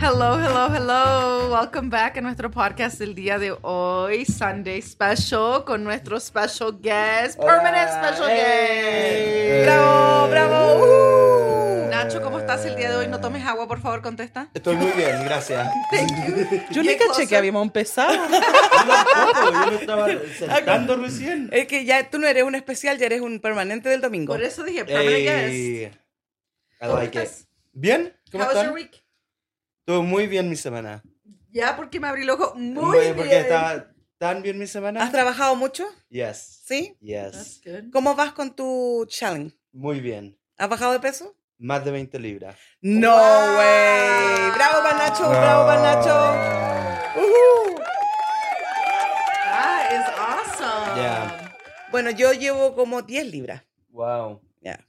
Hello, hello, hello. Welcome back a nuestro podcast del día de hoy, Sunday Special, con nuestro special guest, permanent special guest. Bravo, bravo. Uh. Nacho, ¿cómo estás el día de hoy? No tomes agua, por favor, contesta. Estoy muy bien, gracias. Thank you. Yo ni Get caché closer. que habíamos empezado. Yo tampoco, yo me estaba sentando recién. es que ya tú no eres un especial, ya eres un permanente del domingo. Por eso dije permanent guest. Ey, I like it. ¿Bien? ¿Cómo How was your están? week? Estuvo muy bien mi semana. Ya, porque me abrí el ojo muy Muy bien. Porque estaba tan bien mi semana. ¿Has trabajado mucho? Yes, ¿Sí? yes. That's good. ¿Cómo vas con tu challenge? Muy bien. ¿Has bajado de peso? Más de 20 libras. No Wow. way. Bravo para Nacho, bravo para Nacho. Uh-huh. Ujú. That is awesome. Yeah. Bueno, yo llevo como 10 libras. Wow. Ya.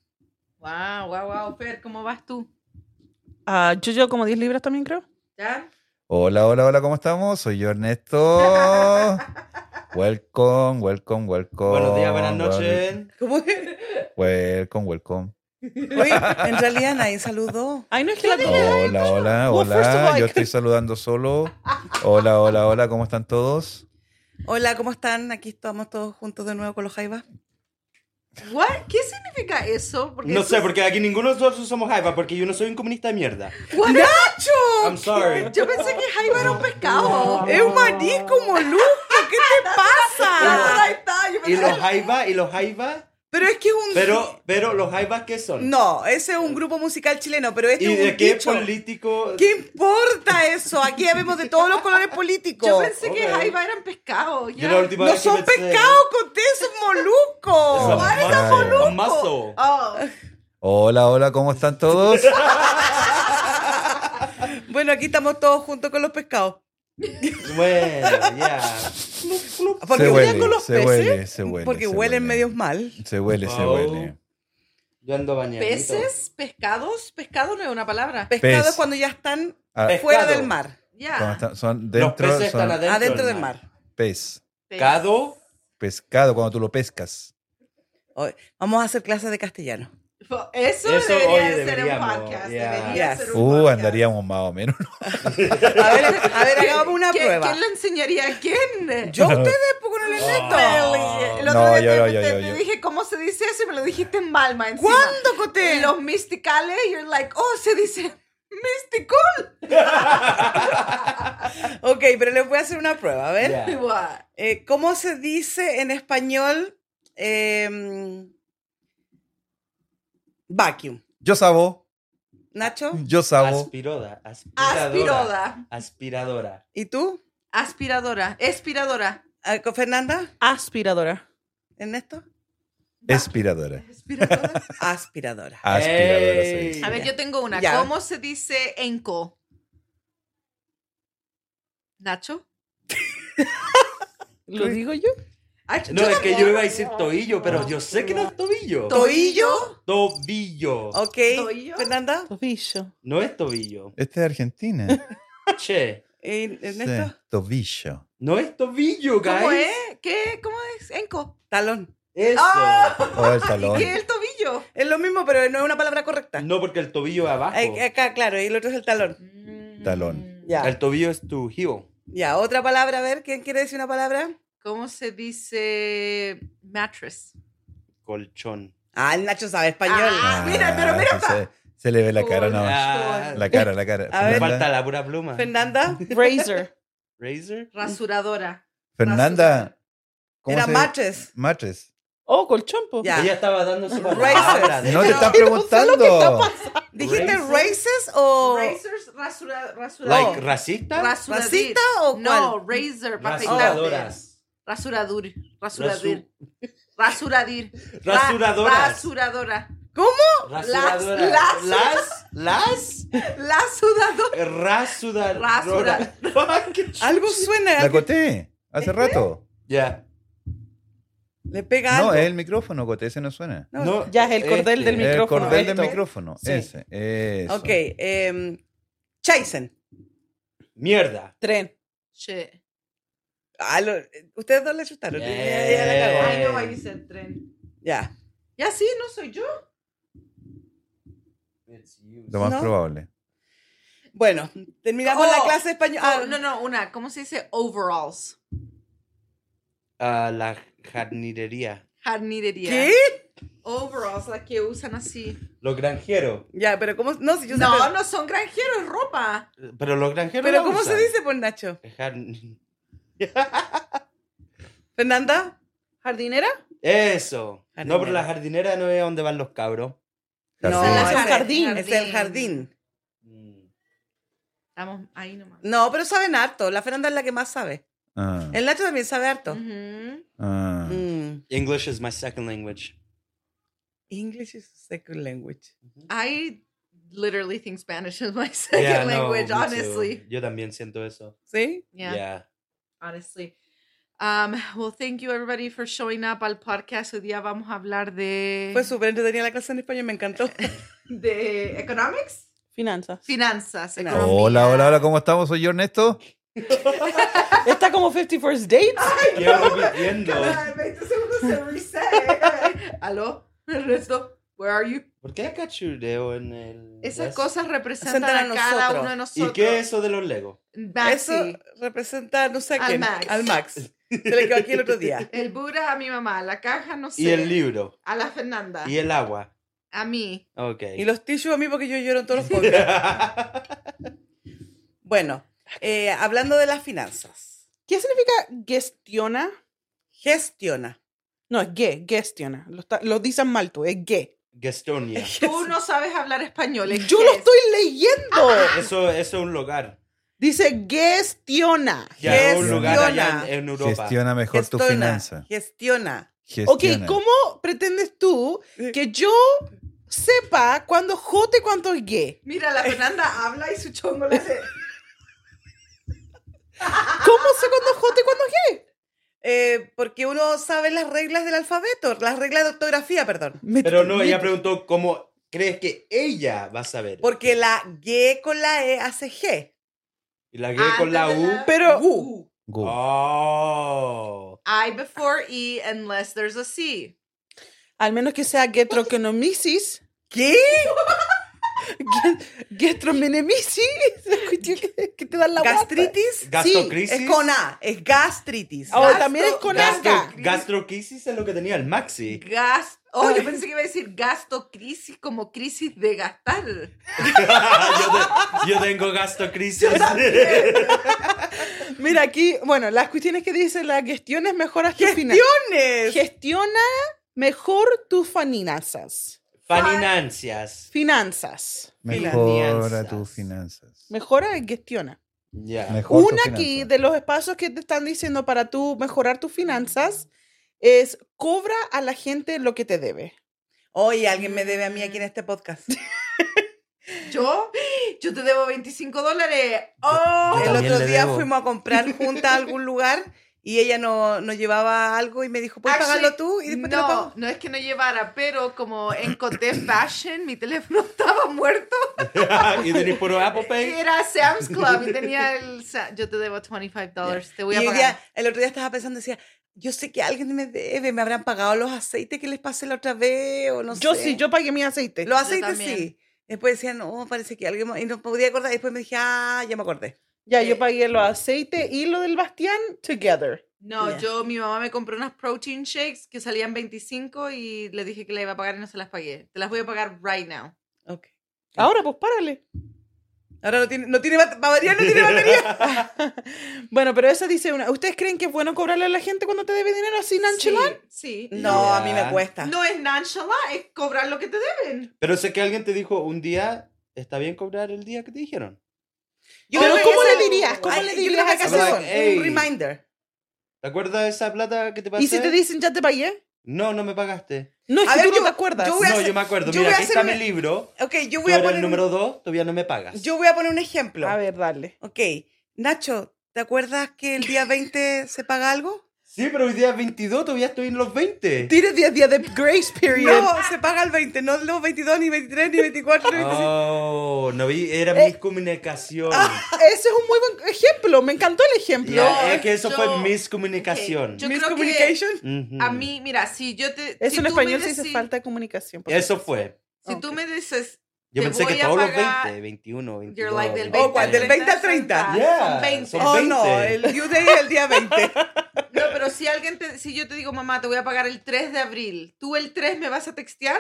Wow, wow, wow. Fer, ¿cómo vas tú? Ah, yo llevo como 10 libras también, creo. ¿Ya? Hola, hola, hola, ¿cómo estamos? Soy yo, Ernesto. Welcome, welcome, welcome. Buenos días, buenas noches. ¿Cómo es? Welcome, welcome. Oye, en realidad nadie saludó. Ay, no es que la Hola, hola, Well, first of all, hola. Yo I can- estoy saludando solo. Hola, hola, hola, ¿cómo están todos? Hola, ¿cómo están? Aquí estamos todos juntos de nuevo con los Jaivas. What? ¿Qué significa eso? Porque No eso sé, es- porque aquí ninguno de nosotros somos jaiba, porque yo no soy un comunista de mierda. What? Oh, I'm sorry. Yo pensé que Jaiba era un pescado. Es un marisco, moluco. ¿Qué te That's what pasa? I thought. Yo Y pensé- los jaiba, y los jaiba, Pero es que es un. pero, pero los jaibas, ¿qué son? No, ese es un grupo musical chileno, pero este ¿Y es un de qué dicho. político? ¿Qué importa eso? Aquí ya vemos de todos los colores políticos. Yo pensé que Ok. Jaiba eran pescados. Yo ya. la última No vez que son pensé- pescados, Conté, son Son molucos. Ay, muscle, moluco. son muscle. Oh, Hola, hola, ¿cómo están todos? Bueno, aquí estamos todos juntos con los pescados. Bueno, ya. Porque Se huelen huele, con los se peces. huele, se huele, porque se huelen huele. medios mal. Se huele, se Oh. huele. Yo ando bañadito. peces, pescados, pescado no es una palabra. Pescados Pez. cuando ya están Ah, Pescado. fuera del mar. ¿cómo Ya. están? Son Los dentro, peces están son adentro, adentro del mar. pez, Pe- Pescado. pescado, cuando tú lo pescas. Hoy- Vamos a hacer clases de castellano. Eso, Eso debería hoy de ser un deberíamos, podcast. yeah. Debería Yes. ser un Uh, podcast. andaríamos más o menos. A ver, a ver, hagamos una ¿Quién- prueba. ¿Quién le enseñaría a quién? Yo a ustedes, porque no les meto. Really. El otro No, día yo, te, yo, te- yo, te yo. dije cómo se dice eso y me lo dijiste en Malma. encima. ¿Cuándo, Coté? Y los mysticales, you're like, oh, se dice mystical. Ok, pero les voy a hacer una prueba, a ver. Ya. What? Eh, ¿Cómo se dice en español em, vacuum? Yo sabo, Nacho, yo sabo. Aspiroda. Aspiradora. Aspiroda. Aspiradora. ¿y tú? Aspiradora. Aspiradora. Ah, ¿Con Fernanda? aspiradora. ¿Ernesto? Aspiradora. Aspiradora. Aspiradora. Ah, Aspiradora se Ey. dice. A ver, Ya. yo tengo una. Ya. ¿Cómo se dice enco? ¿Nacho? ¿Lo digo yo? Ah, Ay, No, es que también. yo iba a decir tobillo, pero yo sé que no es tobillo. To- ¿Toillo? Tobillo. Ok. ¿Toillo? ¿Fernanda? Tobillo. No es tobillo. Este es de Argentina. Che. Eh, Sí, ¿Ernesto? Tobillo. No es tobillo, guys. ¿Cómo es? ¿Qué? ¿Cómo es? Enco. Ah, Talón. Eso. Ah. O el ¿Y talón. qué el tobillo? Es lo mismo, pero no es una palabra correcta. No, porque el tobillo es abajo. Ay, Acá, claro, y el otro es el talón. Mm. Talón. Ya. El tobillo es tu heel. Ya, otra palabra, a ver, ¿quién quiere decir una palabra? ¿Cómo se dice mattress? Colchón. Ah, el Nacho sabe español. Ah, mira, pero mira, sí, Se, se le ve la cara nomás. Ah, La cara, la cara. A falta ver. Fernanda, la pura pluma. Fernanda, Razor. Razor. Rasuradora. Fernanda, ¿cómo era se- matres. Matres. Oh, colchón, po. Ya. Ella estaba dando su Razor. palabra. de- No te pero- están está preguntando. ¿Dijiste Razor. races o Razors, rasura, rasurador. Like, racista. Rasuradir. racista o cuál? No, razor. para Rasuradoras. peinarte. Rasuradur. Rasuradir. Rasu- Rasuradir. Rasuradoras. Rasuradora. Rasuradoras. Las- Las. Las. La sudadora. Rasudadoras. Algo suena. La algo- coté. Hace rato. Ya. Le pega algo. No, es el micrófono, coté. Ese no suena. No. No, Ya, es el cordel del este, Es El micrófono, cordel del esto. micrófono. Sí. Ese. Eso. Ok. Eh, Chaisen. Mierda. Tren. Che. Ah, lo- ustedes dos le chutaron. Yeah. Ya, ya la cagó. Eh. I know why you said tren. Ya. Ya sí, no soy yo. Lo más ¿No? probable. Bueno, terminamos Oh, la clase de español. Ah, Oh, no, no, una. ¿Cómo se dice overalls? A la jardinería. Jardinería. ¿Qué? Overalls, las que usan así. Los granjeros. Ya, pero ¿cómo? No, si yo sé, No, pero- no son granjeros, es ropa. Pero los granjeros. Pero la ¿cómo se usan. dice, por Nacho? Jarn- ¿Fernanda? ¿Jardinera? Eso. No, pero Jardinera. la jardinera no es donde van los cabros. No, Jardín. es el Jardín. jardín. Es Jardín. el jardín. Mm. Estamos ahí nomás. No, pero saben harto. La Fernanda es la que más sabe. Ah, El Nacho también sabe harto. Ujú. ah. Mm. English is my second language. English is a second language. I literally think Spanish is my second Yeah, no, language, me too. honestly. Yo también siento eso. ¿Sí? Yeah, Yeah. honestly. Um, well, thank you everybody for showing up al podcast. Hoy día vamos a hablar de, Pues, Fue súper entretenida la clase en español, me encantó. de economics, Finanzas. finanzas, Finanzas. economía. Hola, hola, hola, ¿cómo estamos? Soy yo, Ernesto. Está como 50 First Dates. ¿Qué repitiendo? Cada 20 segundos se reset. eh. Aló, Ernesto, where are you? ¿Por qué hay cachureo en el. Esas gas? cosas representan a, Representan a cada nosotros. uno de ¿Y nosotros. qué es eso de los legos? Maxi, Eso representa, no sé a Ah, Al quién. Max. Al Max. Se le quedó aquí el otro día. el Buda a mi mamá, la caja no sé. Y el libro. a la Fernanda, Y el agua. a mí. Ok. Y los tissues a mí porque yo lloro en todos los podcasts. Bueno, eh, hablando de las finanzas. ¿Qué significa gestiona? Gestiona. No, es que, gestiona. Lo, está- lo dicen mal tú, es que. Gastonia. Tú no sabes hablar español. ¿eh? Yo ¿Qué lo es? estoy leyendo. Eso, eso es un lugar. Dice gestiona. Ya es un Gestiona. lugar allá en, en Europa. Gestiona mejor tu Gestiona. finanza. Gestiona. Ok, Gestiona. ¿cómo pretendes tú que yo sepa cuándo es jote y cuándo es gay? Mira, la Fernanda habla y su chongo le hace. ¿Cómo sé cuándo es jote y cuándo es gay? Eh, porque uno sabe las reglas del alfabeto, las reglas de ortografía, perdón. Me- Pero no, me- ella preguntó cómo crees que ella va a saber. Porque la G con la E hace G. Y la que con "Ah, la U. Pero Gu. Gu. Oh. I before E unless there's a C. al menos que sea getroconomisis. ¿Qué? Getromenemisi, esa cuestión que, que te dan la guata. ¿Gastritis? Gastocrisis. Es con A, es gastritis. Oh, Gasto- también es con gasto- asca. Gastro- gastrocrisis es lo que tenía el Maxi. Gas. Oh, yo pensé que iba a decir gasto crisis como crisis de gastar. yo, te- yo tengo gastocrisis. Mira, aquí, bueno, las cuestiones que dice la gestión es mejoras tus finanzas. ¡Gestiones! Gestiona mejor tus finanzas. Financias. Finanzas. Mejora finanzas. tus finanzas. Mejora y gestiona. Ya. Mejor tus Una aquí finanzas. de los espacios que te están diciendo para tú mejorar tus finanzas es cobra a la gente lo que te debe. Oye, alguien me debe a mí aquí en este podcast. Yo, yo te debo 25 dólares. Oh, El también otro le día debo. fuimos a comprar juntas a algún lugar y ella no, no llevaba algo y me dijo, ¿puedes Actually, pagarlo tú? Y después te lo no, pago. no es que no llevara, pero como encontré fashion, mi teléfono estaba muerto. y tenés puro Apple Pay. Era Sam's Club y tenía el. Sa- Yo te debo 25 dólares. Te voy Y a hoy pagar. día- el otro día estaba pensando, decía, yo sé que alguien me debe, me habrán pagado los aceites que les pasé la otra vez o no yo sé. sí, yo pagué mi aceite. Los aceites también. sí. Después decía, no, parece que alguien... Y no podía acordar. Después me dije, ah, ya me acordé. ya, Eh, yo pagué mm. los aceites y lo del Bastián together. No, Ya. yo, mi mamá me compró unas protein shakes que salían 25 y le dije que la iba a pagar y no se las pagué. Te las voy a pagar right now. Ok. Ahora, pues párale. Ahora no tiene, no tiene, bat- para variar, no tiene batería. Bueno, pero esa dice una. ¿Ustedes creen que es bueno cobrarle a la gente cuando te debe dinero así, nonchalant? Sí. sí. No, a mí me Ya. cuesta. No es nonchalant, es cobrar lo que te deben. Pero sé que alguien te dijo un día, está bien cobrar el día que te dijeron. Yo Pero creo que ¿cómo esa- le dirías? ¿Cómo Ay, le yo creo dirías que a hay que esa hacer persona? Ey. un reminder. ¿Te acuerdas de esa plata que te pasé? ¿Y si te dicen ya te pagué? No, no me pagaste. No, es A que ver, tú yo- no te acuerdas. yo No, voy a hacer- yo me acuerdo. yo Mira, voy a aquí está hacer mi una- libro. Ok, yo Tú voy a eres poner el un- número dos, todavía no me pagas. Yo voy a poner un ejemplo. A ver, dale. Ok, Nacho, ¿te acuerdas que el día 20 se paga algo? Sí, pero hoy día es 22, todavía estoy en los 20. Tienes 10 días de grace period. No, se paga el 20, no los 22, ni 23, ni 24, ni 25. Oh, no vi, era Eh, mi comunicación. ah, Ese es un muy buen ejemplo. Me encantó el ejemplo. Ya, es que eso yo- fue miscomunicación. Ok, yo Miss creo que Communication. Ujú. A mí, mira, si yo te. Eso si en tú me español se dice decís- falta de comunicación. por Eso fue. Si tú me dices. Yo Te pensé que voy a todos pagar- los 20, 21, 22. You're like del 20. Oh, ¿cuál? Del 20 al 30. Yeah, Son 20. son Oh, no, 20. el due day es el día 20. No, pero si alguien te- si yo te digo, mamá, te voy a pagar el 3 de abril, ¿tú el 3 me vas a textear?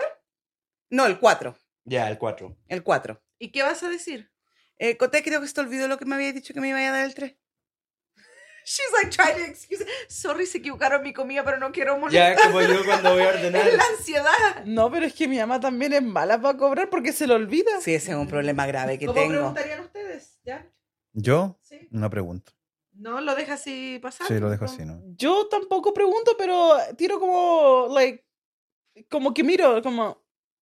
No, el 4. Ya, el 4. El 4. ¿Y qué vas a decir? Eh, Coté, creo que se te olvidó lo que me había dicho que me iba a dar el 3. She's like trying to excuse. Sorry, se equivocaron mi comida, pero no quiero Ya molestar. es como yo cuando voy a ordenar. Es la ansiedad. ejemplo. No, pero es que mi mamá también es mala para cobrar porque se le olvida. Sí, ese es un problema grave que ¿Cómo tengo. preguntarían ustedes? ¿Ya? Yo, ¿Sí? una pregunta. ¿No lo deja así pasar? Sí, lo dejo ¿No? así, ¿no? Yo tampoco pregunto, pero tiro como, like, como que miro, como,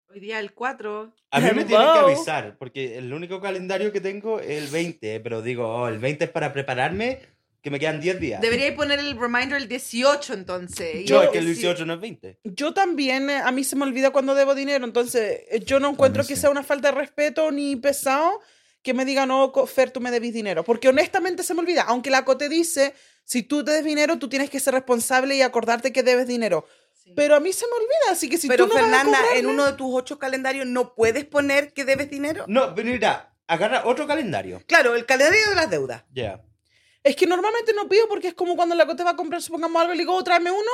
Hoy día el 4. A mí me Hello. tienen que avisar, porque el único calendario que tengo es el 20, pero digo, oh, el 20 es para prepararme, que me quedan 10 días. Debería poner el reminder el 18 entonces. Yo, Yo- es que el 18 no es 20. yo también, eh, a mí se me olvida cuando debo dinero, entonces eh, yo no encuentro que sí. sea una falta de respeto ni pesado que me digan, no, co- Fer, tú me debís dinero, porque honestamente se me olvida, aunque la COTE dice, si tú debes dinero, tú tienes que ser responsable y acordarte que debes dinero, pero a mí se me olvida, así que si Pero tú no vas a Fernanda, cobrarme- en uno de tus ocho calendarios no puedes poner que debes dinero. No, pero mira, agarra otro calendario. Claro, el calendario de las deudas. Ya. Es que normalmente no pido porque es como cuando la Cote va a comprar, supongamos algo, y le digo, "Oh, tráeme uno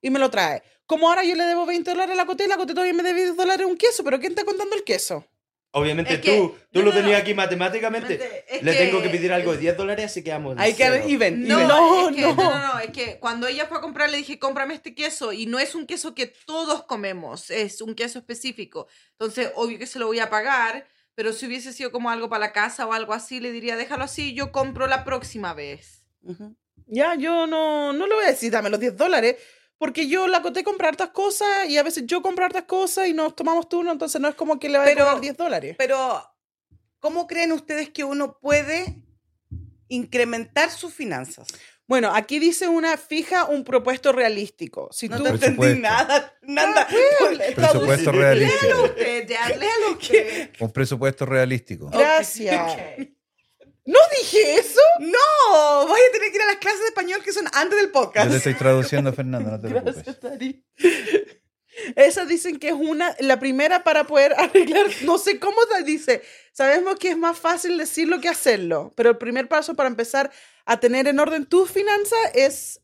y me lo trae. Como ahora yo le debo 20 dólares a la Cote y la Cote todavía me debe 10 dólares un queso, pero ¿quién está contando el queso? Obviamente Es que- tú, tú no, lo no, no. tenías aquí matemáticamente. Es Le tengo que pedir algo de 10 dólares, así que vamos. Hay que cero. even. No, even. No, es que, no. no. no, no, es que cuando ella fue a comprar le dije, cómprame este queso y no es un queso que todos comemos, es un queso específico. Entonces, obvio que se lo voy a pagar, pero si hubiese sido como algo para la casa o algo así, le diría, déjalo así, yo compro la próxima vez. Ujú. Ya, yo no, no le voy a decir, dame los 10 dólares, porque yo la Cote compra hartas cosas y a veces yo compro hartas cosas y nos tomamos turno, entonces no es como que le vaya Pero- a cobrar 10 dólares. Pero, ¿cómo creen ustedes que uno puede incrementar sus finanzas? Bueno, aquí dice una fija, un propuesto realístico. Si No tú... te entendí Presupuesto. nada, Ah, nada. Presupuesto realístico. Léalo usted, ya, léalo usted. Un presupuesto realístico. Gracias. Ok. ¿No dije eso? No, voy a tener que ir a las clases de español que son antes del Yo te podcast. estoy traduciendo, Fernando, no te preocupes. Gracias, Dari. Esa dicen que es una, la primera para poder arreglar, no sé cómo se dice, sabemos que es más fácil decirlo que hacerlo, pero el primer paso para empezar a tener en orden tus finanzas es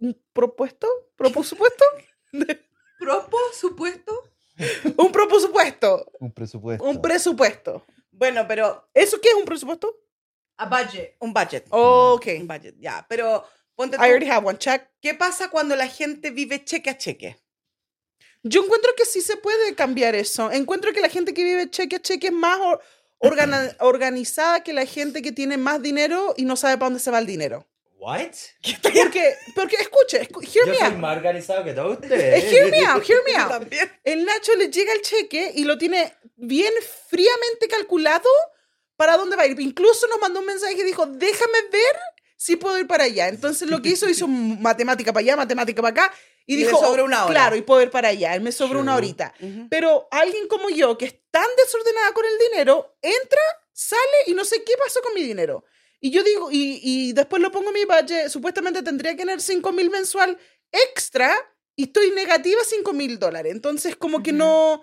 un propuesto, propuesto, Propo, supuesto. un propuesto, Un presupuesto. un presupuesto. Bueno, pero ¿Eso qué es un presupuesto? A budget. un budget. Ok. Un I budget, ya. Pero ponte tú, already have one, check. ¿qué pasa cuando la gente vive cheque a cheque? Yo encuentro que sí se puede cambiar eso. Encuentro que la gente que vive cheque a cheque es más or- organa- organizada que la gente que tiene más dinero y no sabe para dónde se va el dinero. ¿What? Porque, porque escuche, escu- hear Yo me soy out. más organizado que todos Eh, ustedes. Hear me out, hear me out. También. El Nacho le llega el cheque y lo tiene bien fríamente calculado para dónde va a ir. Incluso nos mandó un mensaje y dijo, déjame ver si puedo ir para allá. Entonces lo que hizo, hizo matemática para allá, matemática para acá. Y, Y le dijo, sobra "Oh, una hora". claro, y puedo ir para allá. Él me sobra una Sure. horita. Pero alguien como yo, que es tan desordenada con el dinero, entra, sale y no sé qué pasó con mi dinero. Y yo digo, y, y después lo pongo en mi budget, supuestamente tendría que tener 5 mil mensual extra y estoy negativa 5 mil dólares. Entonces, como que Ujú. no,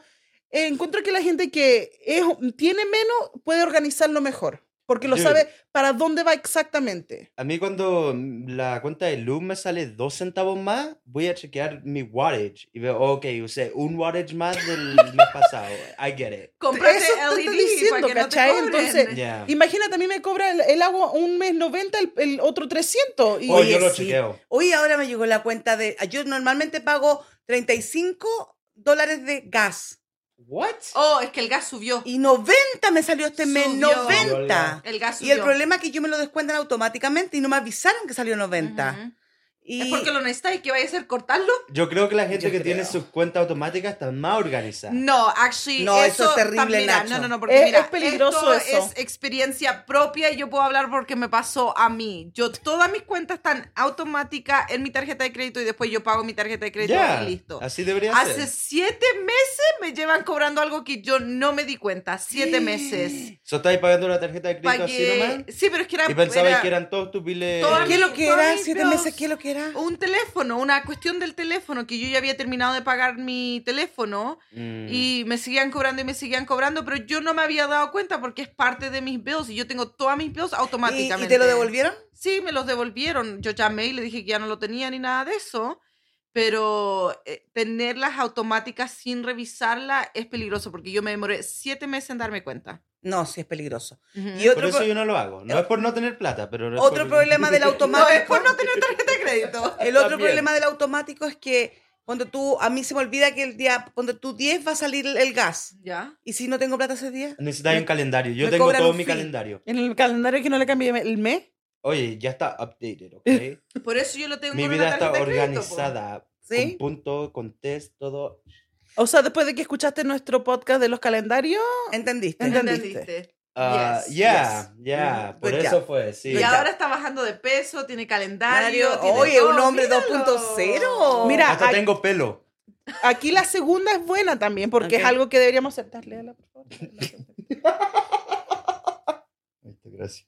eh, encuentro que la gente que es- tiene menos puede organizarlo mejor, porque lo Yo- sabe para dónde va exactamente. A mí cuando la cuenta de luz me sale dos centavos más, voy a chequear mi wattage y veo, ok, usé un wattage más del mes pasado. I get it. Cómprate Eso te LED estoy diciendo, para que no te ¿cachai? cobren. Entonces- Yeah. Imagínate, a mí me cobra el, el agua un mes 90, el, el otro 300. Y, Oh, yo Oye, lo sí. chequeo. Hoy ahora me llegó la cuenta de. Yo normalmente pago 35 dólares de gas What? Oh, es que el gas subió. y 90 me salió este mes. Subió. 90. El gas Y subió. el problema es que yo me lo descuentan automáticamente y no me avisaron que salió 90. Ujú. Y ¿Es porque lo necesitas y que vaya a hacer cortarlo? Yo creo que la gente Yo que tiene creo. sus cuentas automáticas está más organizada. No, actually, No, eso es terrible, tam- mira, Nacho. No, no, no, porque Es- mira, es peligroso esto eso. es experiencia propia y yo puedo hablar porque me pasó a mí. Yo todas mis cuentas están automáticas en mi tarjeta de crédito y después yo pago mi tarjeta de Ya, crédito y listo. así debería Hace ser. siete meses me llevan cobrando algo que yo no me di cuenta. Siete meses. ¿So estáis pagando la tarjeta de crédito así Pagué. nomás? Sí, pero es que era, Y pensabais era que eran todos tus biles... Todas ¿Qué es lo que Todos era? mis ¿Siete bills. meses? ¿Qué es lo que era? un teléfono, una cuestión del teléfono, que yo ya había terminado de pagar mi teléfono. Mm. Y me seguían cobrando y me seguían cobrando, pero yo no me había dado cuenta porque es parte de mis bills y yo tengo todas mis bills ¿Y, automáticamente. y te lo devolvieron? Sí, me los devolvieron. Yo llamé y le dije que ya no lo tenía ni nada de eso, pero eh, tenerlas automáticas sin revisarlas es peligroso porque yo me demoré siete meses en darme cuenta. No, sí, es peligroso. Ujú. Y Por otro, eso pro- yo no lo hago. No es por no tener plata, pero... es otro por- problema del No, es automático. por no tener tarjeta de este crédito. El otro También. problema del automático es que cuando tú, a mí se me olvida que el día, cuando tú 10 va a salir el- el gas. ¿Ya? ¿Y si no tengo plata ese día? Necesitáis un calendario. Yo me tengo cobran todo un mi fee. calendario. en el calendario que no le cambié el mes. Oye, ya está updated, ¿ok? Por eso yo lo tengo mi en una vida está tarjeta de crédito, pues. po. organizada. Con ¿Sí? punto, con test, todo. O sea, después de que escuchaste nuestro podcast de los calendarios, ¿Entendiste? Enten- ¿Entendiste? Ah, Yes, ya, yes. ya. Mm, Por good eso job. fue, sí. Y ahora está bajando de peso, tiene calendario. Mario, tiene oye, un todo, hombre míralo. 2.0. Mira, Hasta ay- tengo pelo. aquí la segunda es buena también, porque es Ok. algo que deberíamos aceptar. Léala, por favor. Ahí está, Gracias.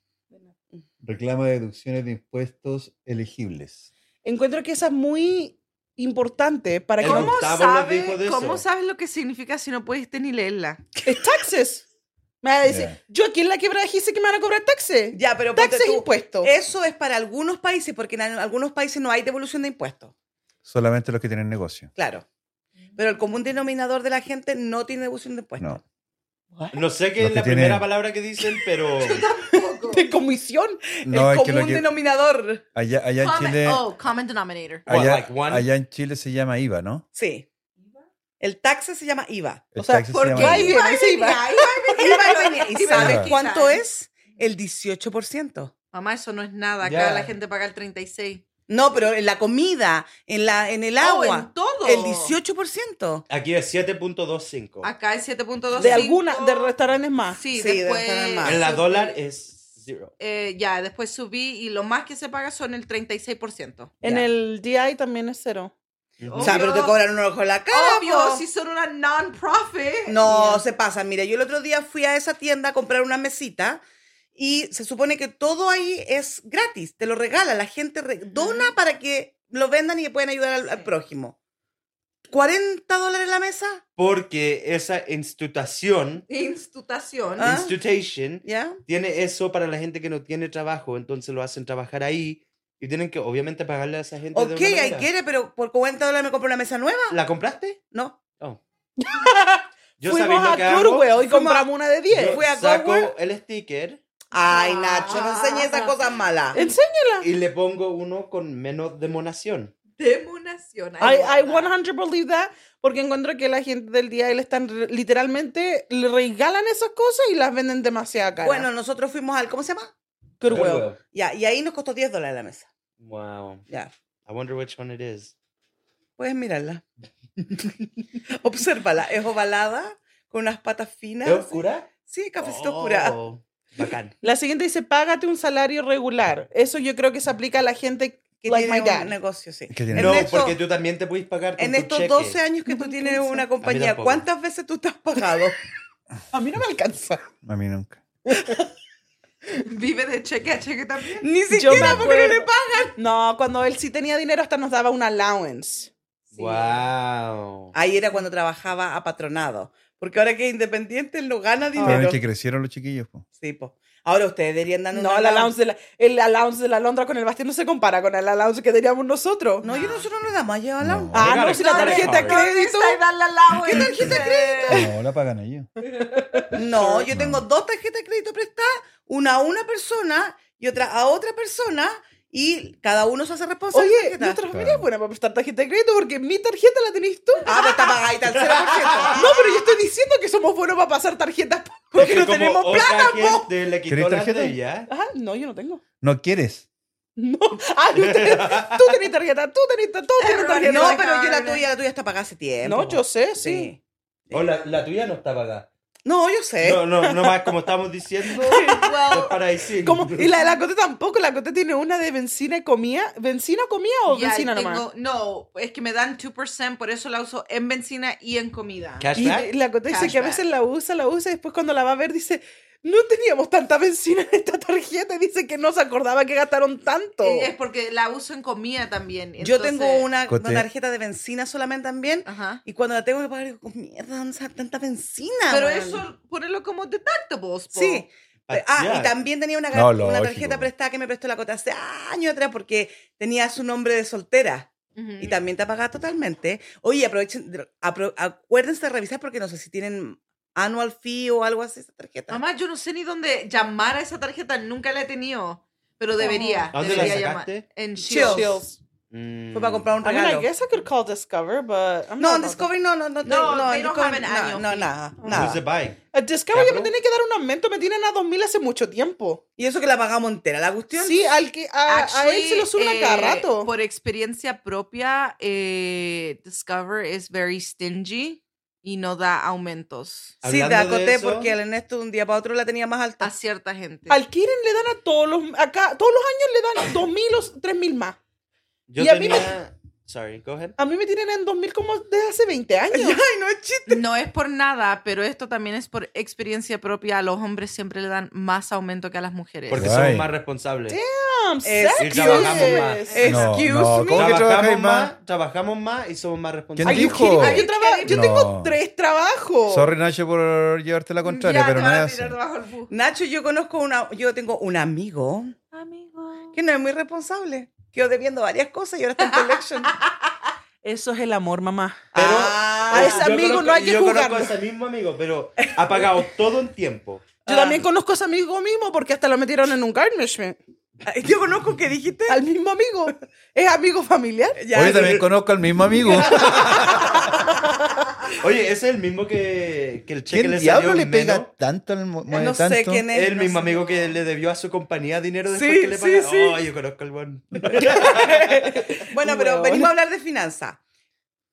Reclama deducciones de impuestos elegibles. Encuentro que esa es muy importante para que ¿Cómo? no... ¿Cómo Gustavo nos sabes, dijo de ¿Cómo eso? sabes lo que significa si no pudiste ni leerla? Es taxes. Me va a decir, Ya. yo aquí en la quebrada dijiste que me van a cobrar taxes. Ya, pero ponte taxes e tú, Eh, impuestos. Eso es para algunos países, porque en al- algunos países no hay devolución de impuestos, Solamente los que tienen negocio. claro. Pero el común denominador de la gente no tiene devolución de impuestos. No. No sé qué es Los que la tienen- primera palabra que dicen, pero. De comisión. No, el es que lo común que denominador. allá, allá en Common- Chile, oh, common denominator. What, allá, like one? allá en Chile se llama IVA, ¿no? Sí. El taxi se llama IVA. El O sea, taxi se llama porque IVA. ahí viene, ese IVA. IVA no Ah, venía. ¿Y sabes Ajá. cuánto es? El 18%. Mamá, eso no es nada. Acá Ya. la gente paga el 36. No, pero en la comida, en, la, en el Oh, agua. en todo. El 18%. Aquí es 7.25. Acá es 7.2. De alguna, de restaurantes más. Sí, Sí, de después. restaurantes más. En la subí. dólar es cero. Eh, ya, después subí y lo más que se paga son el 36%. En Ya. el GI también es cero. Ujú. O sea, pero te cobran un ojo en la cara. Obvio, po. si son una non-profit. No, Yeah. se pasa. Mira, yo el otro día fui a esa tienda a comprar una mesita y se supone que todo ahí es gratis, te lo regala, la gente re- dona para que lo vendan y puedan ayudar al, al Sí. prójimo. ¿40 dólares la mesa? Porque esa institución, Institutación. Ah. institution, ¿Ya? tiene eso para la gente que no tiene trabajo, entonces lo hacen trabajar ahí y tienen que obviamente pagarle a esa gente. de Ok, una ahí manera. quiere, pero por 40 dólares me compro una mesa nueva, ¿La compraste? ¿no? Yo Fuimos sabiendo a que hago, Goodwill Fuimos y a- compramos una de 10. yo eh, Fui a Goodwill. saco el sticker Ay, Nacho, no enseñes esas cosas malas. Enséñala. y le pongo uno con menos demonación. Demonación. I, I verdad. 100 believe that porque encuentro que la gente del día le están re- literalmente le regalan esas cosas y las venden demasiado caras. Bueno, nosotros fuimos al, ¿cómo se llama? Goodwill. Ya, y ahí nos costó 10 dólares la mesa. Wow. Ya, I wonder which one it is. puedes mirarla. Obsérvala, es ovalada, con unas patas finas. ¿Es oscura? Sí, cafecito oscura. Ah, Oh, Bacán. La siguiente dice, págate un salario regular. Eso yo creo que se aplica a la gente Que que like tiene my dad. un negocio, sí. Que tiene- No, Ernesto, porque tú también te puedes pagar con en tu estos cheque. 12 años que tú tienes alcanza. una compañía, tampoco. ¿cuántas veces tú te has pagado? A mí no me alcanza. A mí nunca. Vive de cheque a cheque también. Ni Yo me siquiera porque no le acuerdo. No, cuando él sí tenía dinero hasta nos daba un allowance. Wow. Ahí era cuando trabajaba apatronado. Porque ahora que es independiente, él no gana Pero dinero. es que crecieron los chiquillos. po. Sí, po. Ahora ustedes deberían dar un No, el allowance de la, el allowance de la Londra con el Bastián no se compara con el allowance que teníamos nosotros. No, yo nosotros no damos allá allowance. No. Ah, no, si la No, tarjeta de no, crédito... ¿Dónde está Iván Lalao? ¿Qué tarjeta de crédito? No, la pagan ellos. No, yo No. tengo dos tarjetas de crédito prestadas, una a una persona y otra a otra persona, y cada uno se hace responsable. de la Oye, tarjeta. nuestra familia Claro. es buena para prestar tarjeta de crédito porque mi tarjeta la tenés tú. Ah, pero está pagadita al 0%. No, pero yo estoy diciendo que somos buenos para pasar tarjetas Es porque que no como tenemos otra plata, po. gente le quitó ¿Querés las tarjeta? de ella. Ajá, no, yo no tengo. Ah, ¿No quieres? No. Ay, usted, tú tenés tarjeta, tú tenés, ta- todos tenés tarjeta. No, pero yo la Carmen. tuya, la tuya está pagada hace tiempo. No, yo sé, sí. Sí. Oh, la, la tuya no está pagada. No, yo ¿Eh? sé. No, no, no más como estamos diciendo. es para decir. Como- y la de la Cote tampoco, la Cote tiene una de benzina y comida. ¿Benzina comida Oh, o Ya, y benzina nomás? tengo- no, es que me dan 2%, por eso la uso en benzina y en comida. Y de- ¿Cashback? la Cote dice que a Cashback. veces la usa, la usa y después cuando la va a ver dice, no teníamos tanta benzina en esta tarjeta. Y dice que no se acordaba que gastaron tanto. Eh, Es porque la uso en comida también. yo entonces- tengo una, Coté. una tarjeta de benzina solamente también. Ajá. Y cuando la tengo que pagar, digo, mierda, ¿dónde está tanta benzina? Pero weón?" eso, ponerlo como deductibles. po. Ah, Sí. But ah, yeah. y también tenía una, No, una lógico. tarjeta prestada que me prestó la cota hace años atrás porque tenía su nombre de soltera. Ujú. Y también te apagada totalmente. Oye, aprovechen, de- apro- acuérdense de revisar porque no sé si tienen annual fee o algo así esa tarjeta. Mamá, yo no sé ni dónde llamar a esa tarjeta, nunca la he tenido, pero debería. ¿A dónde la debería sacaste? llamar. En Shields. Shields. Shields. Mm. Fue para comprar un I mean, I regalo. guess I could call Discover, but I'm No, not en about Discovery no, no, no. te- No, no, they en don't have Discovery an no, annual no, fee. nada, Who's the nada. bike? that. A Discover ya me Cabrón. tiene Eh, que dar un aumento, me tienen a 2000 hace mucho tiempo. Y eso que la pagamos entera, la cuestión. Sí, al que, a, a él se lo suben a cada eh, rato. Por experiencia propia, eh, Discover es very stingy y no da aumentos Sí, te Hablando de acoté eso- porque el Ernesto de un día para otro la tenía más a alta. cierta gente. Al Kiren le dan a todos los acá, todos los años le dan 2000 o 3000 más. Yo Y a mí me- tenía. Sorry, go ahead. A mí me tienen en 2000 como desde hace 20 años. Ay, no es chiste. No es por nada, pero esto también es por experiencia propia. A los hombres siempre le dan más aumento que a las mujeres. Porque Right. somos más responsables. Damn, Es- sexy. Y trabajamos más. Es- No, Excuse no, me. ¿Cómo que trabajáis Trabajamos más? más, trabajamos más y somos más Are ¿Quién you responsables. dijo? kidding me? yo traba- yo No. tengo tres trabajos. Sorry, Nacho, por llevarte la contraria, Ya, pero te no van es a así. tirar debajo del bus. Nacho, yo conozco una, yo tengo un amigo Amigo. que no es muy responsable. Quedó debiendo varias cosas y ahora está en collection. Eso es el amor, mamá. Pero Ah, a ese yo amigo conozco- no hay que Yo conozco a juzgarlo. ese mismo amigo, pero ha pagado todo en tiempo. Yo Ah. también conozco a ese amigo mismo porque hasta lo metieron en un garnishment. Yo conozco que dijiste. Al mismo amigo. Es amigo familiar. Ya, Oye, también pero- conozco al mismo amigo. Oye, ese es el mismo que, que el cheque ¿Quién le salió diablo le menos? pega tanto al mo- mueve no sé tanto? quién es. El no mismo sé. amigo que le debió a su compañía dinero después Sí, que le sí, pagó. sí. Oh, yo conozco al buen. Bueno, pero Huevón. venimos a hablar de finanzas.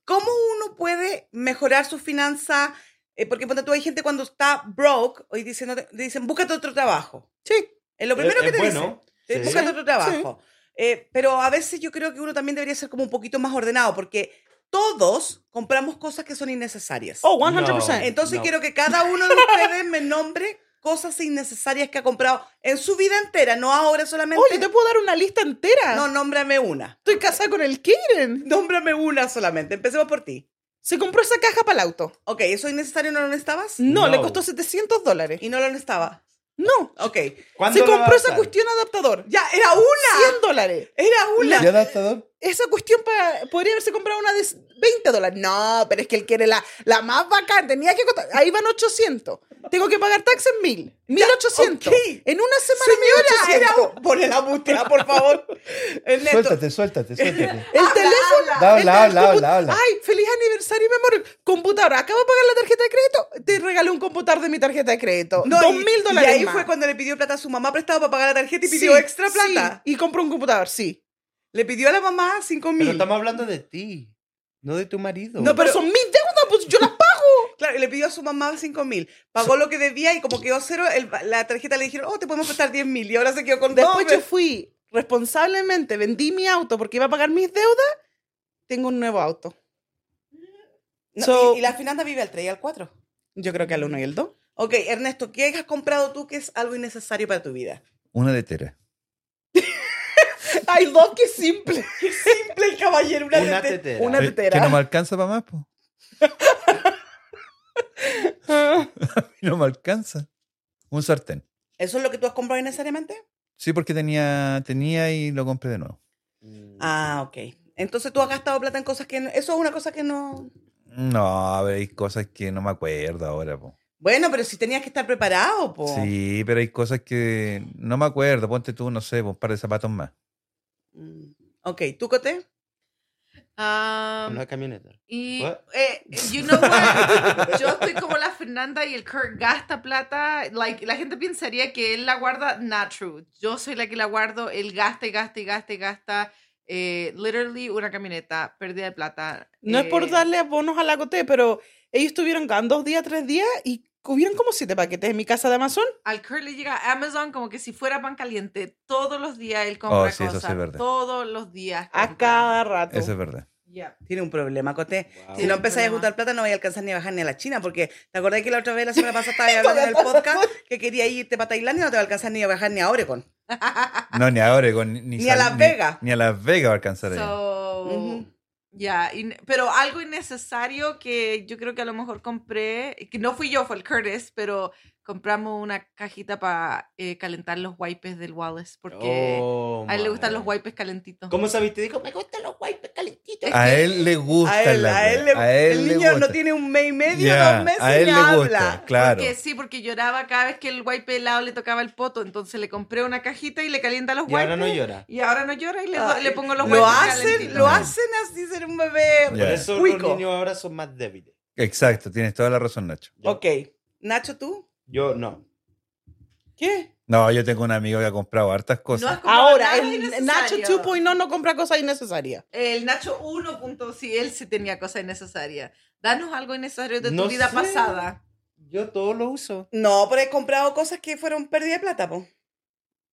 ¿Cómo uno puede mejorar su finanza? Eh, porque ponte tú, hay gente cuando está broke hoy dicen, no te- dicen búscate otro trabajo. Sí. Es lo primero Eh, Es- que es te dicen. bueno. Eh, sí. Búscate otro trabajo. Eh, pero a veces yo creo que uno también debería ser como un poquito más ordenado porque todos compramos cosas que son innecesarias. Oh, 100%. Entonces no. quiero que cada uno de ustedes me nombre cosas innecesarias que ha comprado en su vida entera, no ahora solamente. Oye, te puedo dar una lista entera. No, nómbrame una. Estoy casada con el Kiren. Nómbrame una solamente. Empecemos por ti. Se compró esa caja para el auto. Ok, ¿eso innecesario no lo necesitabas? No, No. le costó 700 dólares. Y no lo necesitaba. No. Ok. ¿Cuándo Se lo va a compró esa usar? cuestión adaptador. Ya, era una. 100 dólares. Era una. ¿Y adaptador? Esa cuestión para, podría haberse comprado una de 20 dólares. No, pero es que él quiere la, la más bacán. Tenía que costar. Ahí van 800. Tengo que pagar taxes en 1000. 1800. ok. En una semana Señora, 1800. era un... Ponle la música, por favor. Ernesto. Suéltate, suéltate, suéltate. El teléfono. Habla, habla, el- el habla, compu- habla, habla. Ay, feliz aniversario, mi amor. Computadora. Acabo de pagar la tarjeta de crédito. Te regalé un computador de mi tarjeta de crédito. No, Dos y- mil dólares. Y ahí más. fue cuando le pidió plata a su mamá prestado para pagar la tarjeta y Sí, pidió extra plata. sí, y compró un computador, sí. Le pidió a la mamá cinco Pero mil. estamos hablando de ti, no de tu marido. No, pero, son mis deudas, pues yo las pago. Claro, y le pidió a su mamá cinco mil. Pagó lo que debía y como quedó cero, el- la tarjeta le dijeron, oh, te podemos prestar diez mil. Y ahora se quedó con Después dos. yo fui responsablemente, vendí mi auto porque iba a pagar mis deudas. Tengo un nuevo auto. No, So- y, y la finanza vive al 3 y al 4. Yo creo que al uno y el dos. Ok, Ernesto, ¿qué has comprado tú que es algo innecesario para tu vida? Una de tera. Ay, dos, qué simple. Simple el caballero, una, una tete- tetera. una- Eh, tetera. Que no me alcanza para más, po. A mí no me alcanza. Un sartén. ¿Eso es lo que tú has comprado innecesariamente? Sí, porque tenía, tenía y lo compré de nuevo. Mm. Ah, ok. Entonces tú has gastado plata en cosas que no... Eso es una cosa que no... No, a ver, hay cosas que no me acuerdo ahora, po. Bueno, pero si tenías que estar preparado, po. Sí, pero hay cosas que no me acuerdo. Ponte tú, no sé, un par de zapatos más. Mm. Ok, ¿tú, Cote? Um, Una camioneta. y, What? eh, you know what? Yo estoy como la Fernanda y el Kirk gasta plata. Like, la gente pensaría que él la guarda. Not true. Yo soy la que la guardo. Él gasta y gasta y gasta y gasta. Eh, literally una camioneta, pérdida de plata. No es por Eh, darle bonos a la Coté, pero ellos estuvieron gan dos días, tres días y hubieron como siete paquetes en mi casa de Amazon. Al Kurt le llega a Amazon como que si fuera pan caliente. Todos los días él compra Oh, sí, eso sí es cosas. verdad. Todos los días. A compra. cada rato. Eso es verdad. Yeah. Tiene un problema, Cote. Ah, Wow. Si Tiene no un empezáis a problema. juntar plata, no vais a alcanzar ni a bajar ni a la China, porque te acordás que la otra vez, la semana pasada, estabas hablando en el podcast que quería irte para Tailandia y no te va a alcanzar ni a bajar ni a Oregon. No, ni a Oregon, ni, Ni a Las Vegas. Ni, a Las Vegas va a alcanzar ella. So, Ujú. ya, in- pero algo innecesario que yo creo que a lo mejor compré, que no fui yo, fue el Curtis, pero compramos una cajita para calentar los wipes del Wallace, porque Oh, a él le my. gustan los wipes calentitos. ¿Cómo sabiste? Dijo, me gustan los wipes calentitos. A él le gusta A él, la a él, le- a él el le niño no gusta. tiene un mes y medio, Ya, dos meses, a él y le habla. gusta, claro. Porque sí, porque lloraba cada vez que el wipe helado le tocaba el poto, entonces le compré una cajita y le calienta los Y wipes. ahora no llora. y ahora no llora y le, Ah, do- le pongo los Lo wipes hacen, calentitos. lo hacen así ser un bebé. Por Ya. eso Cuico. los niños ahora son más débiles. Exacto, tienes toda la razón, Nacho. Yo, Ok. Nacho, ¿tú? yo no. ¿Qué? No, yo tengo un amigo que ha comprado hartas No has cosas. comprado Ahora, nada el Nacho innecesario. 2.0 no compra cosas innecesarias. El Nacho 1.0, sí, él sí tenía cosas innecesarias. Danos algo innecesario de tu No vida sé. pasada. Yo todo lo uso. No, pero he comprado cosas que fueron pérdida de plata, po.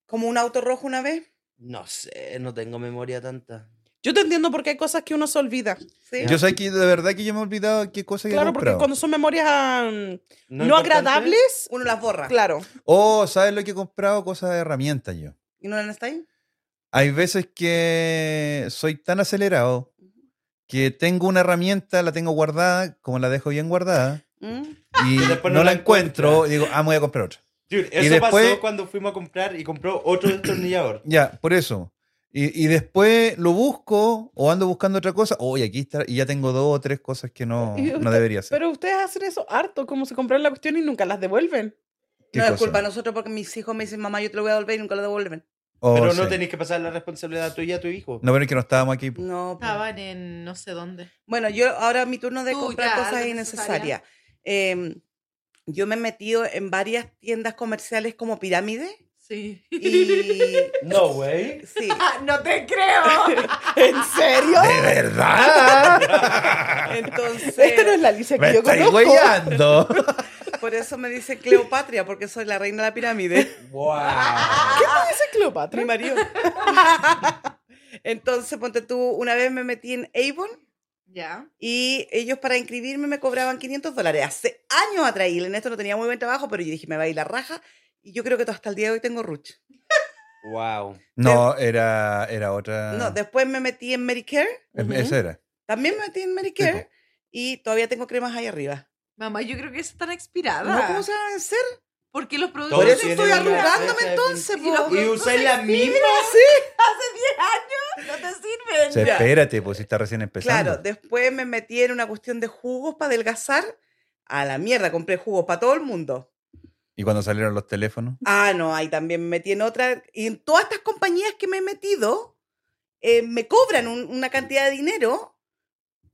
Como un auto rojo una vez. No sé, no tengo memoria tanta. Yo te entiendo porque hay cosas que uno se olvida. ¿sí? Yo sé que de verdad que yo me he olvidado qué cosas que he Claro, porque comprado. cuando son memorias ah, no, importante? agradables, Uno las borra. claro. Oh, ¿sabes lo que he comprado? Cosas de herramientas yo. ¿Y no está ahí? Hay veces que soy tan acelerado que tengo una herramienta, la tengo guardada, como la dejo bien guardada, ¿Mm? y Y después no no la la encuentro, encuentras. y digo, ah, me voy a comprar otra. Dude, Y eso después- pasó cuando fuimos a comprar y compró otro destornillador. Ya, por eso. Y, y después lo busco o ando buscando otra cosa. Oye, aquí está. Y ya tengo dos o tres cosas que no, Y usted- no debería ser. Pero ustedes hacen eso harto, como se compran la cuestión y nunca las devuelven. ¿Qué No es cosa? culpa de nosotros porque mis hijos me dicen, mamá, yo te lo voy a devolver y nunca lo devuelven. Oh, pero no sí. tenés que pasar la responsabilidad tuya a tu hijo. No, pero es que no estábamos aquí. po. No. po. Estaban en no sé dónde. Bueno, yo ahora mi turno de Tú, comprar ya, cosas algo innecesarias. Eh, yo me he metido en varias tiendas comerciales como pirámide Sí. y... No, güey. Sí. Ah, no te creo. ¿En ah, serio? ¡De verdad! Esta no Entonces, es la Alicia ¡Me que yo estáis conozco. hueando! por eso me dice Cleopatria, porque soy la reina de la pirámide. Wow. Ese es Cleopatra. Mi marido. Entonces, ponte tú, una vez me metí en Avon ya. y ellos para inscribirme me cobraban 500 dólares. Hace años atrás, y en esto no tenía muy buen trabajo, pero yo dije, me va a ir la raja. Y yo creo que hasta el día de hoy tengo ruch. Wow. No, era, era otra. Ah. No, después me metí en Medicare. Em- Ujú. Esa era. También me metí en Sí, Medicare po. y todavía tengo cremas ahí arriba. Mamá, yo creo que esas están expiradas. ¿No? ¿Cómo se van a vencer? Porque los productos. Por Por Todos eso se- tienen estoy una arrugándome fecha de entonces, vencimiento. po. Y ¿Y no usáis se la misma? Hace 10 años no te sirven. Se- Ya. espérate, pues si está recién empezando. Claro, después me metí en una cuestión de jugos para adelgazar. A la mierda, compré jugos para todo el mundo. Y cuando salieron los teléfonos. Ah, no, ahí también me metí en otra. Y en todas estas compañías que me he metido, eh, me cobran un- una cantidad de dinero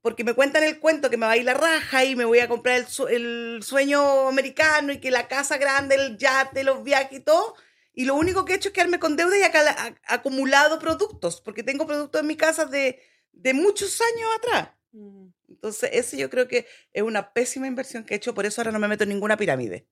porque me cuentan el cuento que me va a ir la raja y me voy a comprar el, su- el sueño americano y que la casa grande, el yate, los viajes y todo. Y lo único que he hecho es quedarme con deuda y acala- a- acumulado productos, porque tengo productos en mi casa de, de muchos años atrás. Entonces, ese yo creo que es una pésima inversión que he hecho, por eso ahora no me meto en ninguna pirámide.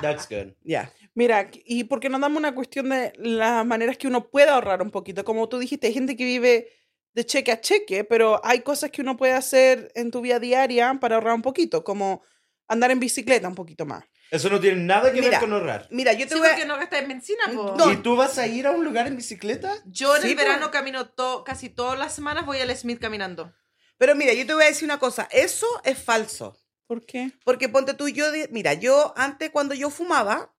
That's good. Ya. Mira, y porque no damos una cuestión de las maneras que uno puede ahorrar un poquito. Como tú dijiste, hay gente que vive de cheque a cheque, pero hay cosas que uno puede hacer en tu vida diaria para ahorrar un poquito, como andar en bicicleta un poquito más. Eso no tiene nada que Mira. ver con ahorrar. Mira, yo te Sí, voy a... porque no gastas en benzina, po. No. ¿Y tú vas a ir a un lugar en bicicleta? Yo en Sí, el po. verano camino to- casi todas las semanas, voy al Smith caminando. Pero mira, yo te voy a decir una cosa, eso es falso. ¿Por qué? Porque ponte tú, yo, de- mira, yo antes cuando yo fumaba,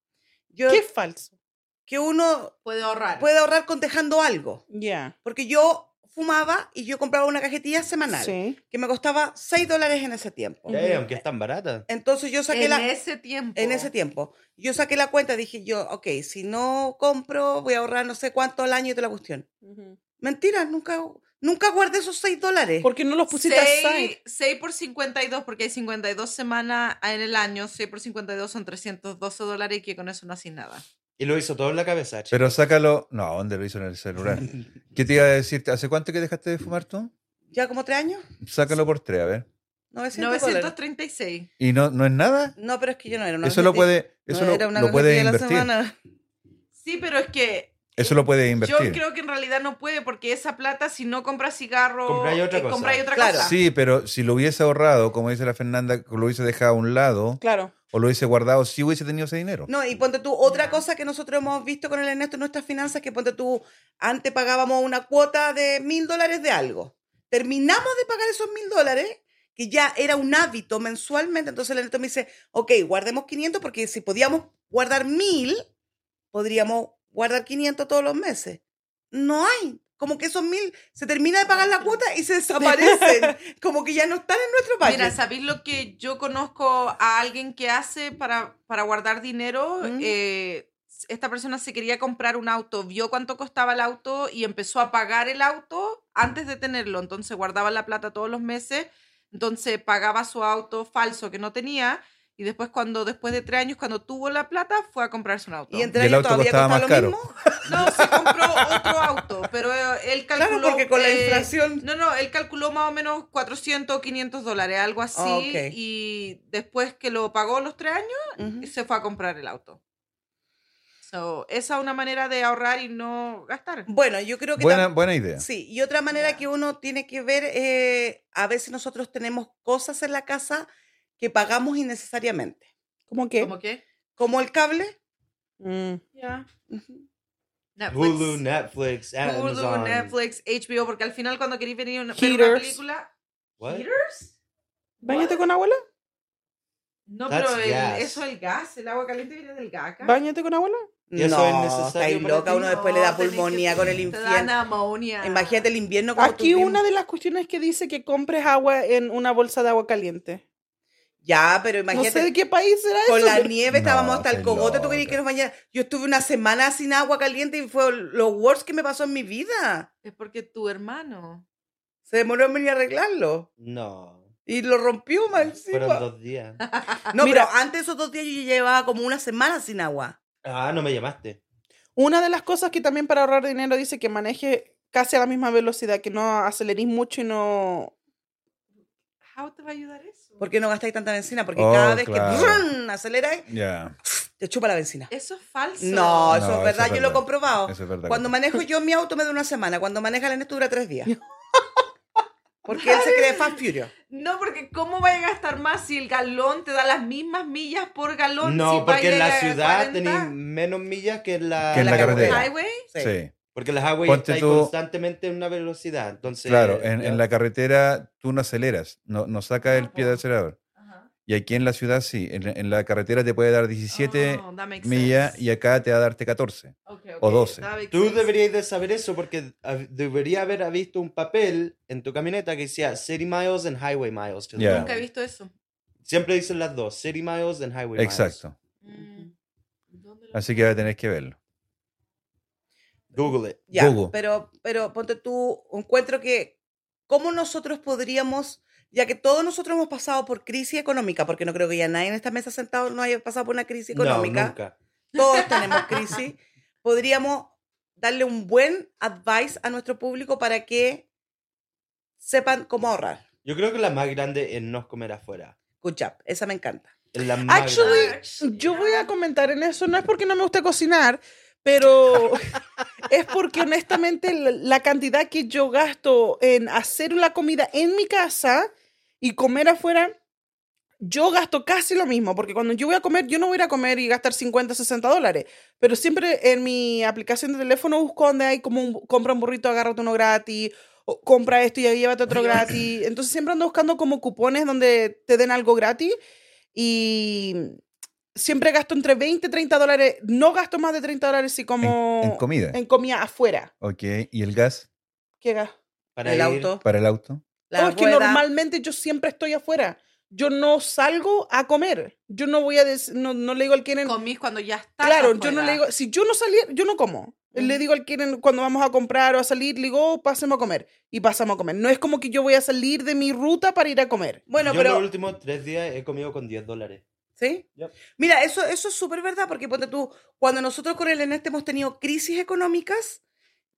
yo ¿Qué es falso? que uno Puede ahorrar. puede ahorrar con dejando algo. Ya. Porque yo fumaba y yo compraba una cajetilla semanal Sí. que me costaba 6 dólares en ese tiempo. Ujú. Damn, que es tan barata. Entonces yo saqué en la... ese tiempo. En ese tiempo, yo saqué la cuenta, dije yo, ok, si no compro, voy a ahorrar no sé cuánto al año y toda la cuestión. Mentira, nunca, nunca guardé esos 6 dólares. ¿Por qué no los pusiste aside? 6, por 52, porque hay 52 semanas en el año. 6 por 52 son 312 dólares y que con eso no haces nada. Y lo hizo todo en la cabeza, chico. Pero sácalo. No, ¿dónde lo hizo en el celular? ¿Qué te iba a decir? ¿Hace cuánto que dejaste de fumar tú? ¿Ya como 3 años? Sácalo por tres, a ver. 900 dólares. 936. ¿Y no, no es nada? No, pero es que yo no era una Eso lo objeti- puede, no eso era lo, una lo puede objetividad de la invertir. semana. Sí, pero es que Eso lo puede yo invertir. creo que en realidad no puede, porque esa plata, si no compras cigarro, Compráis otra cosa. compráis otra Claro. cosa. Sí, pero si lo hubiese ahorrado, como dice la Fernanda, lo hubiese dejado a un lado Claro. o lo hubiese guardado, sí hubiese tenido ese dinero. No, y ponte tú, otra cosa que nosotros hemos visto con el Ernesto en nuestras finanzas, que ponte tú, antes pagábamos una cuota de mil dólares de algo. Terminamos de pagar esos mil dólares, que ya era un hábito mensualmente. Entonces el Ernesto me dice, ok, guardemos 500 porque si podíamos guardar mil, podríamos guardar 500 todos los meses. No hay. Como que esos mil se termina de pagar la cuota y se desaparecen. Como que ya no están en nuestro país. Mira, ¿sabéis lo que yo conozco a alguien que hace para, para guardar dinero? ¿Mm? Eh, esta persona se quería comprar un auto, vio cuánto costaba el auto y empezó a pagar el auto antes de tenerlo. Entonces guardaba la plata todos los meses, entonces pagaba su auto falso que no tenía y después cuando después de tres años cuando tuvo la plata fue a comprarse un auto. y entre Y el años auto todavía costaba costaba más lo caro. mismo. No, se compró otro auto, pero eh, él calculó Claro, porque con la eh, inflación. No, no, él calculó más o menos 400 o 500 dólares, algo así. Ah, ok. Y después que lo pagó los tres años, Ujú. se fue a comprar el auto. So, esa es una manera de ahorrar y no gastar. Bueno, yo creo que Buena, tam- buena idea. Sí, y otra manera Ya. que uno tiene que ver, eh, a veces nosotros tenemos cosas en la casa que pagamos innecesariamente, ¿Cómo que? ¿Cómo qué? como el cable. Mm. Ya. Ujú. Netflix. Hulu, Netflix, Hulu, Amazon. Netflix, HBO, porque al final cuando queréis venir a una, ver una Heaters. película... What? ¿Heaters? ¿Báñate con abuela? No, That's pero el- gas. eso es el gas, el agua caliente viene del gas. acá. ¿Báñate con abuela? ¿Y eso es no, necesario estáis para loca, ti? uno después le da No, tenés que- pulmonía con el Te dan infierno. amonía. Imagínate el invierno como Aquí tuvimos. una de las cuestiones que dice que compres agua en una bolsa de agua caliente. Ya, pero No sé imagínate. de qué país será eso. con la pero- nieve No, estábamos hasta el estáis cogote, tú querías loca. que nos bañara. Yo estuve una semana sin agua caliente y fue lo worst que me pasó en mi vida. Es porque tu hermano. Se demoró en venir a arreglarlo No. y lo rompió mal Fueron encima. dos días. No, Mira. pero antes de esos dos días yo llevaba como una semana sin agua. Ah, no me llamaste. Una de las cosas que también para ahorrar dinero dice que maneje casi a la misma velocidad, que no acelerís mucho y no... ¿Cómo te va a ayudar eso? ¿Por qué no gastáis tanta benzina? Porque Oh, cada vez claro. que ¡brrrn! aceleráis, Ya, te chupa la benzina. Eso es falso. No, eso No, es verdad, yo lo he comprobado. eso es verdad. Cuando manejo yo mi auto me dura una semana, cuando maneja el Ernesto dura tres días. Porque él se cree Fast Furious. No, porque ¿cómo vas a gastar más si el galón te da las mismas millas por galón? si No, porque vais en la a ciudad 40? tenéis menos millas que en la, Que en la carretera. Highway. Sí. Sí, Porque las aguas Ponte están tú- constantemente en una velocidad. Entonces, claro. En, ya. en la carretera tú no aceleras, no, no saca el pie del acelerador. Ajá. Y aquí en la ciudad sí, en, en la carretera te puede dar 17 Ah, Oh, that makes millas sense. y acá te va a darte 14. Ok, o ok, 12. that makes Tú sense. deberías de saber eso porque ah, debería haber visto un papel en tu camioneta que decía City Miles and Highway Miles. to the Ya. Nunca he gallon". visto eso. Siempre dicen las dos, City Miles and Highway Miles. Exacto. Mm. ¿Dónde lo- Así que va a tener que verlo. Google it. Ya, Gogo. pero, pero ponte tú, encuentro que cómo nosotros podríamos, ya que todos nosotros hemos pasado por crisis económica, porque no creo que ya nadie en esta mesa sentado no haya pasado por una crisis económica. No, nunca. todos tenemos crisis, podríamos darle un buen advice a nuestro público para que sepan cómo ahorrar. Yo creo que la más grande es no comer afuera. Good job, esa me encanta. Es La más Actually, grande. Actually, Yo voy a ah. comentar en eso, no es porque no me gusta cocinar, pero es porque honestamente la, la cantidad que yo gasto en hacer la comida en mi casa y comer afuera, yo gasto casi lo mismo, porque cuando yo voy a comer, yo no voy a ir a comer y gastar 50, 60 dólares, pero siempre en mi aplicación de teléfono busco donde hay como un- compra un burrito, agárrate uno gratis. o compra esto y ahí llévate otro gratis. Entonces siempre ando buscando como cupones donde te den algo gratis. Y mm, siempre gasto entre 20 y 30 dólares. No gasto más de 30 dólares si En- como en comida. en comida afuera. Ok, ¿y el gas ¿Qué gasto? Para el ir- auto, para el auto? la Oh, es que rueda. normalmente yo siempre estoy afuera. Yo no salgo a comer. Yo no voy a decir, no, no le digo al que en el- Comís cuando pues, ya Mm. está. Claro, yo no le digo, si yo no saliera, yo no como. Le digo al Kieran cuando vamos a comprar o a salir, le digo, "Oh, pasemos a comer. Y pasamos a comer. No es como que yo voy a salir de mi ruta para ir a comer. Bueno, Yo pero. los últimos tres días he comido con 10 dólares. ¿Sí? Yep. Mira, eso, eso es súper verdad, porque ponte tú, cuando nosotros con el ENET hemos tenido crisis económicas,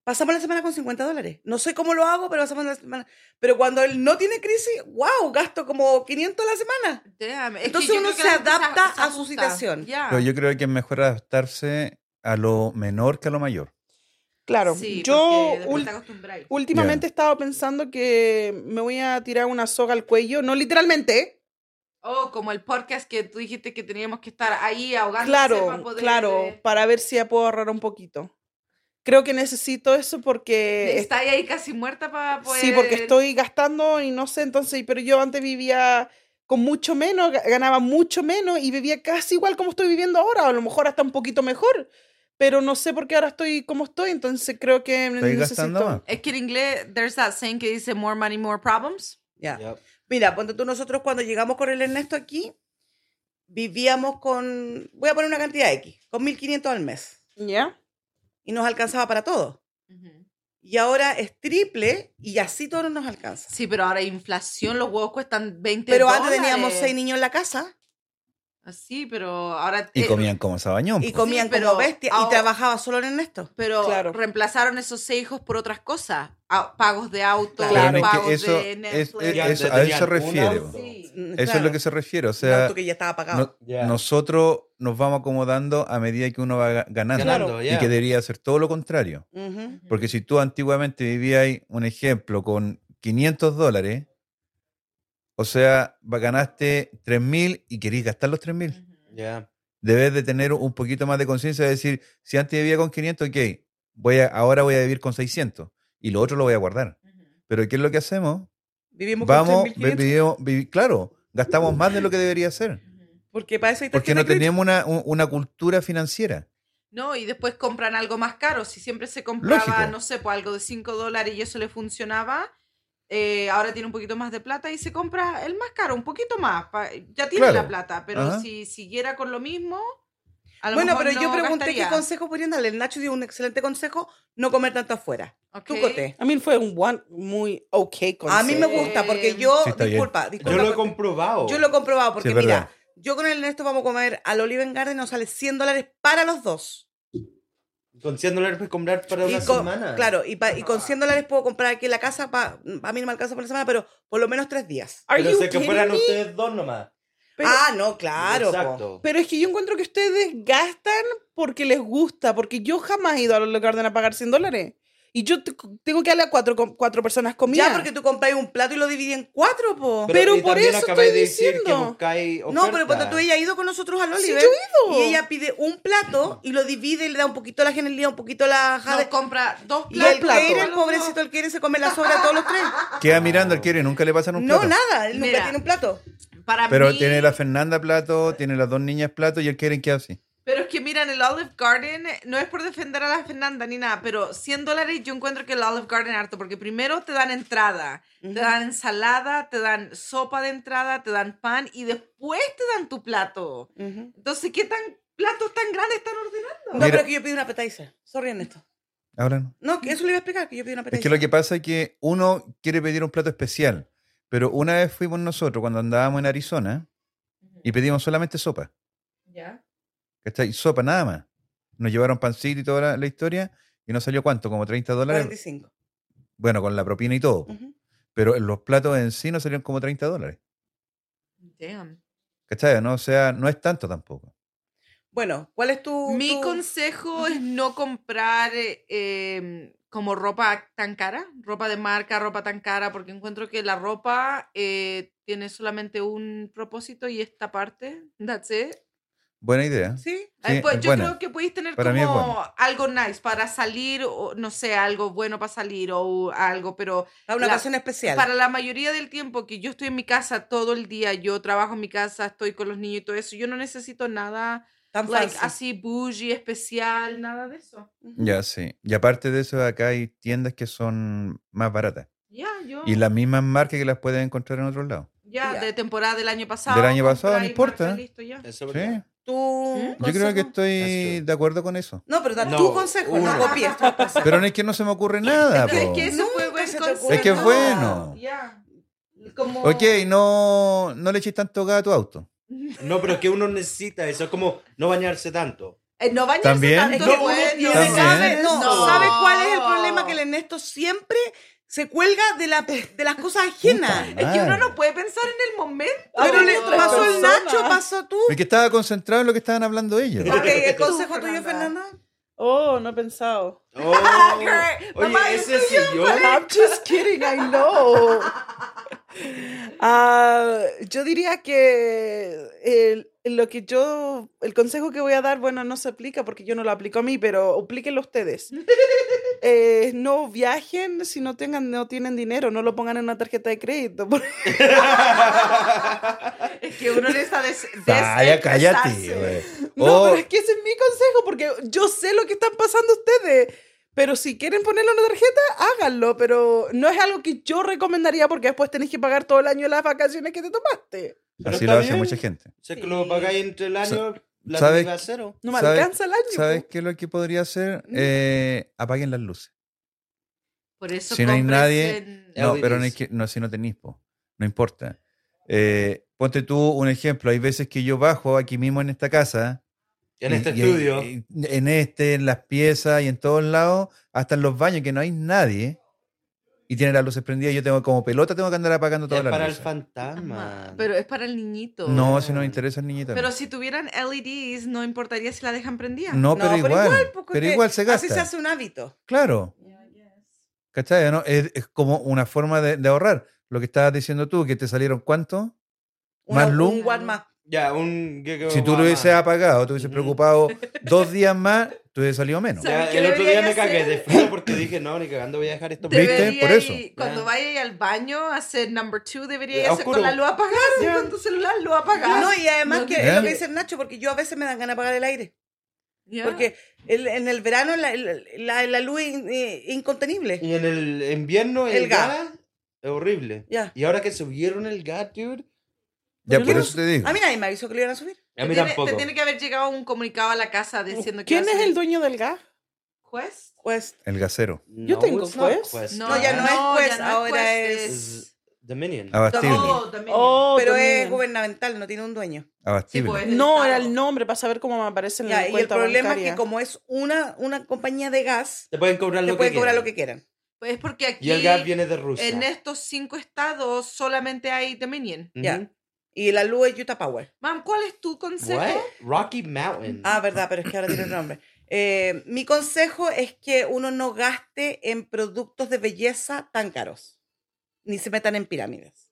pasamos la semana con 50 dólares. No sé cómo lo hago, pero pasamos la semana. Pero cuando él no tiene crisis, wow, gasto como 500 a la semana. Damn, es que Entonces yo uno creo que se la gente adapta a su ajusta. situación. Ya. Pero yo creo que es mejor adaptarse a lo menor que a lo mayor. Claro, Sí, yo porque después ul- te acostumbráis. últimamente he estado pensando que me voy a tirar una soga al cuello, no literalmente, ¿eh? Oh, como el podcast que tú dijiste que teníamos que estar ahí ahogándose Ah, para Claro, poder... eh. claro, para ver si ya puedo ahorrar un poquito. Creo que necesito eso porque Está ahí casi muerta para poder... sí, porque estoy gastando y no sé, entonces, pero yo antes vivía con mucho menos, ga- ganaba mucho menos y vivía casi igual como estoy viviendo ahora, o a lo mejor hasta un poquito mejor, pero no sé por qué ahora estoy como estoy, entonces creo que Estoy necesito gastando más. Es que en inglés, there's that saying que dice more money, more problems. Ya. Yep. Mira, ponte tú, nosotros cuando llegamos con el Ernesto aquí, vivíamos con, voy a poner una cantidad X, con 1.500 al mes. ¿Ya? Y nos alcanzaba para todo. Y ahora es triple y así todo no nos alcanza. Sí, pero ahora hay inflación, los huevos cuestan 20 Pero antes teníamos dólares. Ah, seis niños en la casa. Sí, pero ahora... eh, Y te- comían como sabañón. eh, y po. comían pero como bestia ahora- y trabajaba solo en Ernesto. Pero Claro. reemplazaron esos seis hijos por otras cosas. A- pagos de auto, Pero no es que pagos eso, de es- Netflix. es- Ya, ya eso- a eso se tenían un refiere. auto. po. Sí. Mm, Eso es pues. claro. lo que se refiere. O Un sea, auto que ya estaba pagado. no- Ya. nosotros nos vamos acomodando a medida que uno va ga- ganando. Ganando, Y ya. Mm. que debería ser todo lo contrario. Ujú. Porque si tú antiguamente vivías, un ejemplo, con 500 dólares, o sea, va- ganaste 3.000 y querís gastar los Mm. 3.000. Ya. Debes de tener un poquito más de conciencia de decir, si antes vivía con 500, ok, voy a, ahora voy a vivir con 600 y lo otro lo voy a guardar. Pero ¿qué es lo que hacemos? Vivimos Vamos, con vi- 3.500 vivimos- vivi- claro, gastamos más de lo que debería ser. porque para eso hay Porque tarjeta no de crédito. tenemos una, un- una cultura financiera. No, y después compran algo más caro. Si siempre se compraba, Lógico. no sé, pues algo de 5 dólares y eso le funcionaba, eh, ahora tiene un poquito más de plata y se compra el más caro, un poquito más. pa- ya tiene la Claro. plata, pero Ajá. si siguiera con lo mismo, a lo Bueno, mejor pero yo no pregunté gastaría. qué consejo podrían darle. El Nacho dio un excelente consejo, no comer tanto afuera. Ok. Tú coté. A mí fue un one muy ok A mí me consejo. gusta porque yo, Sí, está bien. disculpa, disculpa, Yo lo he porque- comprobado. yo lo he comprobado Sí, porque es mira, verdad. yo con el Ernesto vamos a comer al Olive and Garden nos sale 100 dólares para los dos. Con 100 dólares puedes comprar para una y con, semana. Ah. Claro, y, pa- y con 100 dólares puedo comprar aquí en la casa, para mí no me alcanza por la semana, pero por lo menos tres días. Are Pero you sé que kidding fueran me? ustedes dos nomás. Pero- ah, no, claro. po. Exacto. Pero es que yo encuentro que ustedes gastan porque les gusta, porque yo jamás he ido a los Garden a pagar 100 dólares. Y yo te- tengo que darle a cuatro, com- cuatro personas comida. Ya, porque tú compráis un plato y lo dividís en cuatro, po. Pero y por también eso acabáis estoy de decir diciendo. que buscáis no, pero ofertas. cuando tú ella ha ido con nosotros al Sí, Oliver yo he ido. y ella pide un plato y lo divide y le da un poquito a la Genelia, un poquito a la No, Jade. compra dos y el platos. Keira, el pobrecito el Keira, se come la sobra a todos los tres. Queda mirando al quiere, nunca le pasan un No, plato. nada, él nunca Mira. tiene un plato. Para Pero mí- tiene la Fernanda plato, tiene las dos niñas plato y el quieren que así. Pero es que mira, en el Olive Garden, eh, no es por defender a la Fernanda ni nada, pero 100 dólares yo encuentro que el Olive Garden es harto, porque primero te dan entrada, te dan ensalada, te dan sopa de entrada, te dan pan y después te dan tu plato. Entonces, ¿qué tan platos tan grandes están ordenando? No, Mira. pero que yo pido una appetizer. Sorry, Ernesto. Ahora no. No, que eso le iba a explicar, que yo pido una Es appetizer. que lo que pasa es que uno quiere pedir un plato especial, pero una vez fuimos nosotros cuando andábamos en Arizona y pedimos solamente sopa, Ya. ¿cachai? Sopa nada más. Nos llevaron pancito y toda la, la historia y nos salió cuánto, como 30 dólares. 45. Bueno, con la propina y todo, Ujú. pero los platos en sí nos salieron como 30 dólares, Damn. ¿cachai? ¿No? O sea, no es tanto tampoco. Bueno, ¿cuál es tu. Mi tu- consejo es no comprar eh, eh, como ropa tan cara, ropa de marca, ropa tan cara, porque encuentro que la ropa eh, tiene solamente un propósito y esta parte, that's it. Buena idea. Sí. Ay, Sí, pues, es yo buena. creo que podéis tener Para mí es como buena. algo nice para salir, o no sé, algo bueno para salir o algo, pero Ah, Para una La- ocasión especial. para la mayoría del tiempo que yo estoy en mi casa todo el día, yo trabajo en mi casa, estoy con los niños y todo eso, yo no necesito nada Tan like, fancy. así bougie, especial, nada de eso. Ya, sí. Y aparte de eso, acá hay tiendas que son más baratas Ya, yo. y las mismas marcas que las pueden encontrar en otros lados. ya, Ya. de temporada del año pasado. Del año pasado, no compráis marca, importa. listo, ya. Eso es Sí, verdad. tú. Yo creo que That's estoy true. de acuerdo con eso. No, pero da No, tu consejo, uno. no copies tu consejo. Pero no es que no se me ocurre nada. Pero es po. que eso fue buen se te consejo. ocurre Ah, pues. Es que es nada. bueno. Ya. Como- Ok, no, no le eches tanto gas a tu auto. No, pero que uno necesita eso, es como no bañarse tanto. Eh, no bañarse También. tanto. No, que pues, puede- uno También. ¿Sabe, no, No. ¿sabe cuál es el problema? Que el Ernesto siempre se cuelga de, la, de las cosas ajenas. Ah, Puta Es que uno madre. no puede pensar en el momento. Pero le Otra pasó el persona. Nacho, pasó tú. Es que estaba concentrado en lo que estaban hablando ellos. Ok, el Tú, consejo Fernanda. tuyo, Fernanda. Oh, no he pensado. Oh, Girl, oye, mamá, ese sillón. I'm just kidding, I know. Ah, yo diría que el, lo que yo, el consejo que voy a dar, bueno, no se aplica porque yo no lo aplico a mí, pero aplíquenlo ustedes. Eh, no viajen si no tengan, no tienen dinero, no lo pongan en una tarjeta de crédito. porque- Es que uno necesita des Vaya, cállate. desestresarse. güey. No, Oh, pero es que ese es mi consejo porque yo sé lo que están pasando ustedes. Pero si quieren ponerlo en la tarjeta, háganlo. Pero no es algo que yo recomendaría porque después tenés que pagar todo el año las vacaciones que te tomaste. Pero así está lo hace bien. mucha gente. O sea, que lo pagáis entre el año, la ¿sabes? tarifa cero. No me ¿Sabes- alcanza el año. ¿Sabes po. qué es lo que podría hacer? Eh, apaguen las luces. Por eso Si no hay compres nadie, en- No, pero no LEDs. es que, no, si no tenís, po. no importa. Eh, ponte tú un ejemplo. Hay veces que yo bajo aquí mismo en esta casa. En y- este y- estudio. y- en este, en las piezas y en todos lados, hasta en los baños que no hay nadie. Y tiene las luces prendidas. Yo tengo como pelota, tengo que andar apagando es todas las para el luces. fantasma. Pero es para el niñito. No, si no me interesa el niñito. Pero si tuvieran LEDs, no importaría si la dejan prendida. no, No, pero pero igual. igual, pues, pero que igual se gasta. Así se hace un hábito. Claro. ¿Cachai? no? Es, es como una forma de, de ahorrar. Lo que estabas diciendo tú, que te salieron cuánto. Una- Más luz. Un watt más. Ya, un. que- que- Si tú guau, lo hubieses guau. apagado, te hubieses Ujú. preocupado dos días más, te hubiese salido menos. Sí. Ya, ¿Sabes qué el otro día me debería cagué hacer? de frío porque dije, no, ni cagando voy a dejar esto. ¿Viste? Debería Por eso. ir- cuando Ya. vaya ir al baño a hacer number two, debería Ya, ir a hacer con oscuro. la luz apagada. así Ya. Con tu celular, luz apagada. No, y además No, que ¿eh? es lo que dice el Nacho, porque yo a veces me dan ganas de apagar el aire. Ya. Porque el- en el verano la, la- la luz es in- eh, Mm. incontenible. Y en el invierno, el, El gas. gas es horrible. Ya. Y ahora que subieron el gas, dude. Ya Pero por no- eso te digo. A mí nadie me avisó que lo iban a subir. A mí Te tiene- tampoco. Te tiene que haber llegado un comunicado a la casa diciendo que ¿Quién vas a es el hacer dueño del gas? Quest? Pues, El gasero. No, Yo tengo it's not Quest. No, ya no es Quest, ahora Es Dominion. Abastible. Oh, también. pero es Dominion. gubernamental, no tiene un dueño. Sí, Abastible. pues, es del No, era Estado. el nombre para saber cómo me aparece en Ya, la y el cuenta problema es bancaria. que como es una, una compañía de gas, Te pueden cobrar te lo que pueden cobrar quieran. lo que quieran. Pues es porque aquí Y el gas viene de Rusia. en estos cinco estados solamente hay Dominion. Ujú. Ya. Y la luz es Utah Power. Mam, ¿cuál es tu consejo? What? Rocky Mountain. Ah, verdad, pero es que ahora tiene otro nombre. Eh, mi consejo es que uno no gaste en productos de belleza tan caros. Ni se metan en pirámides.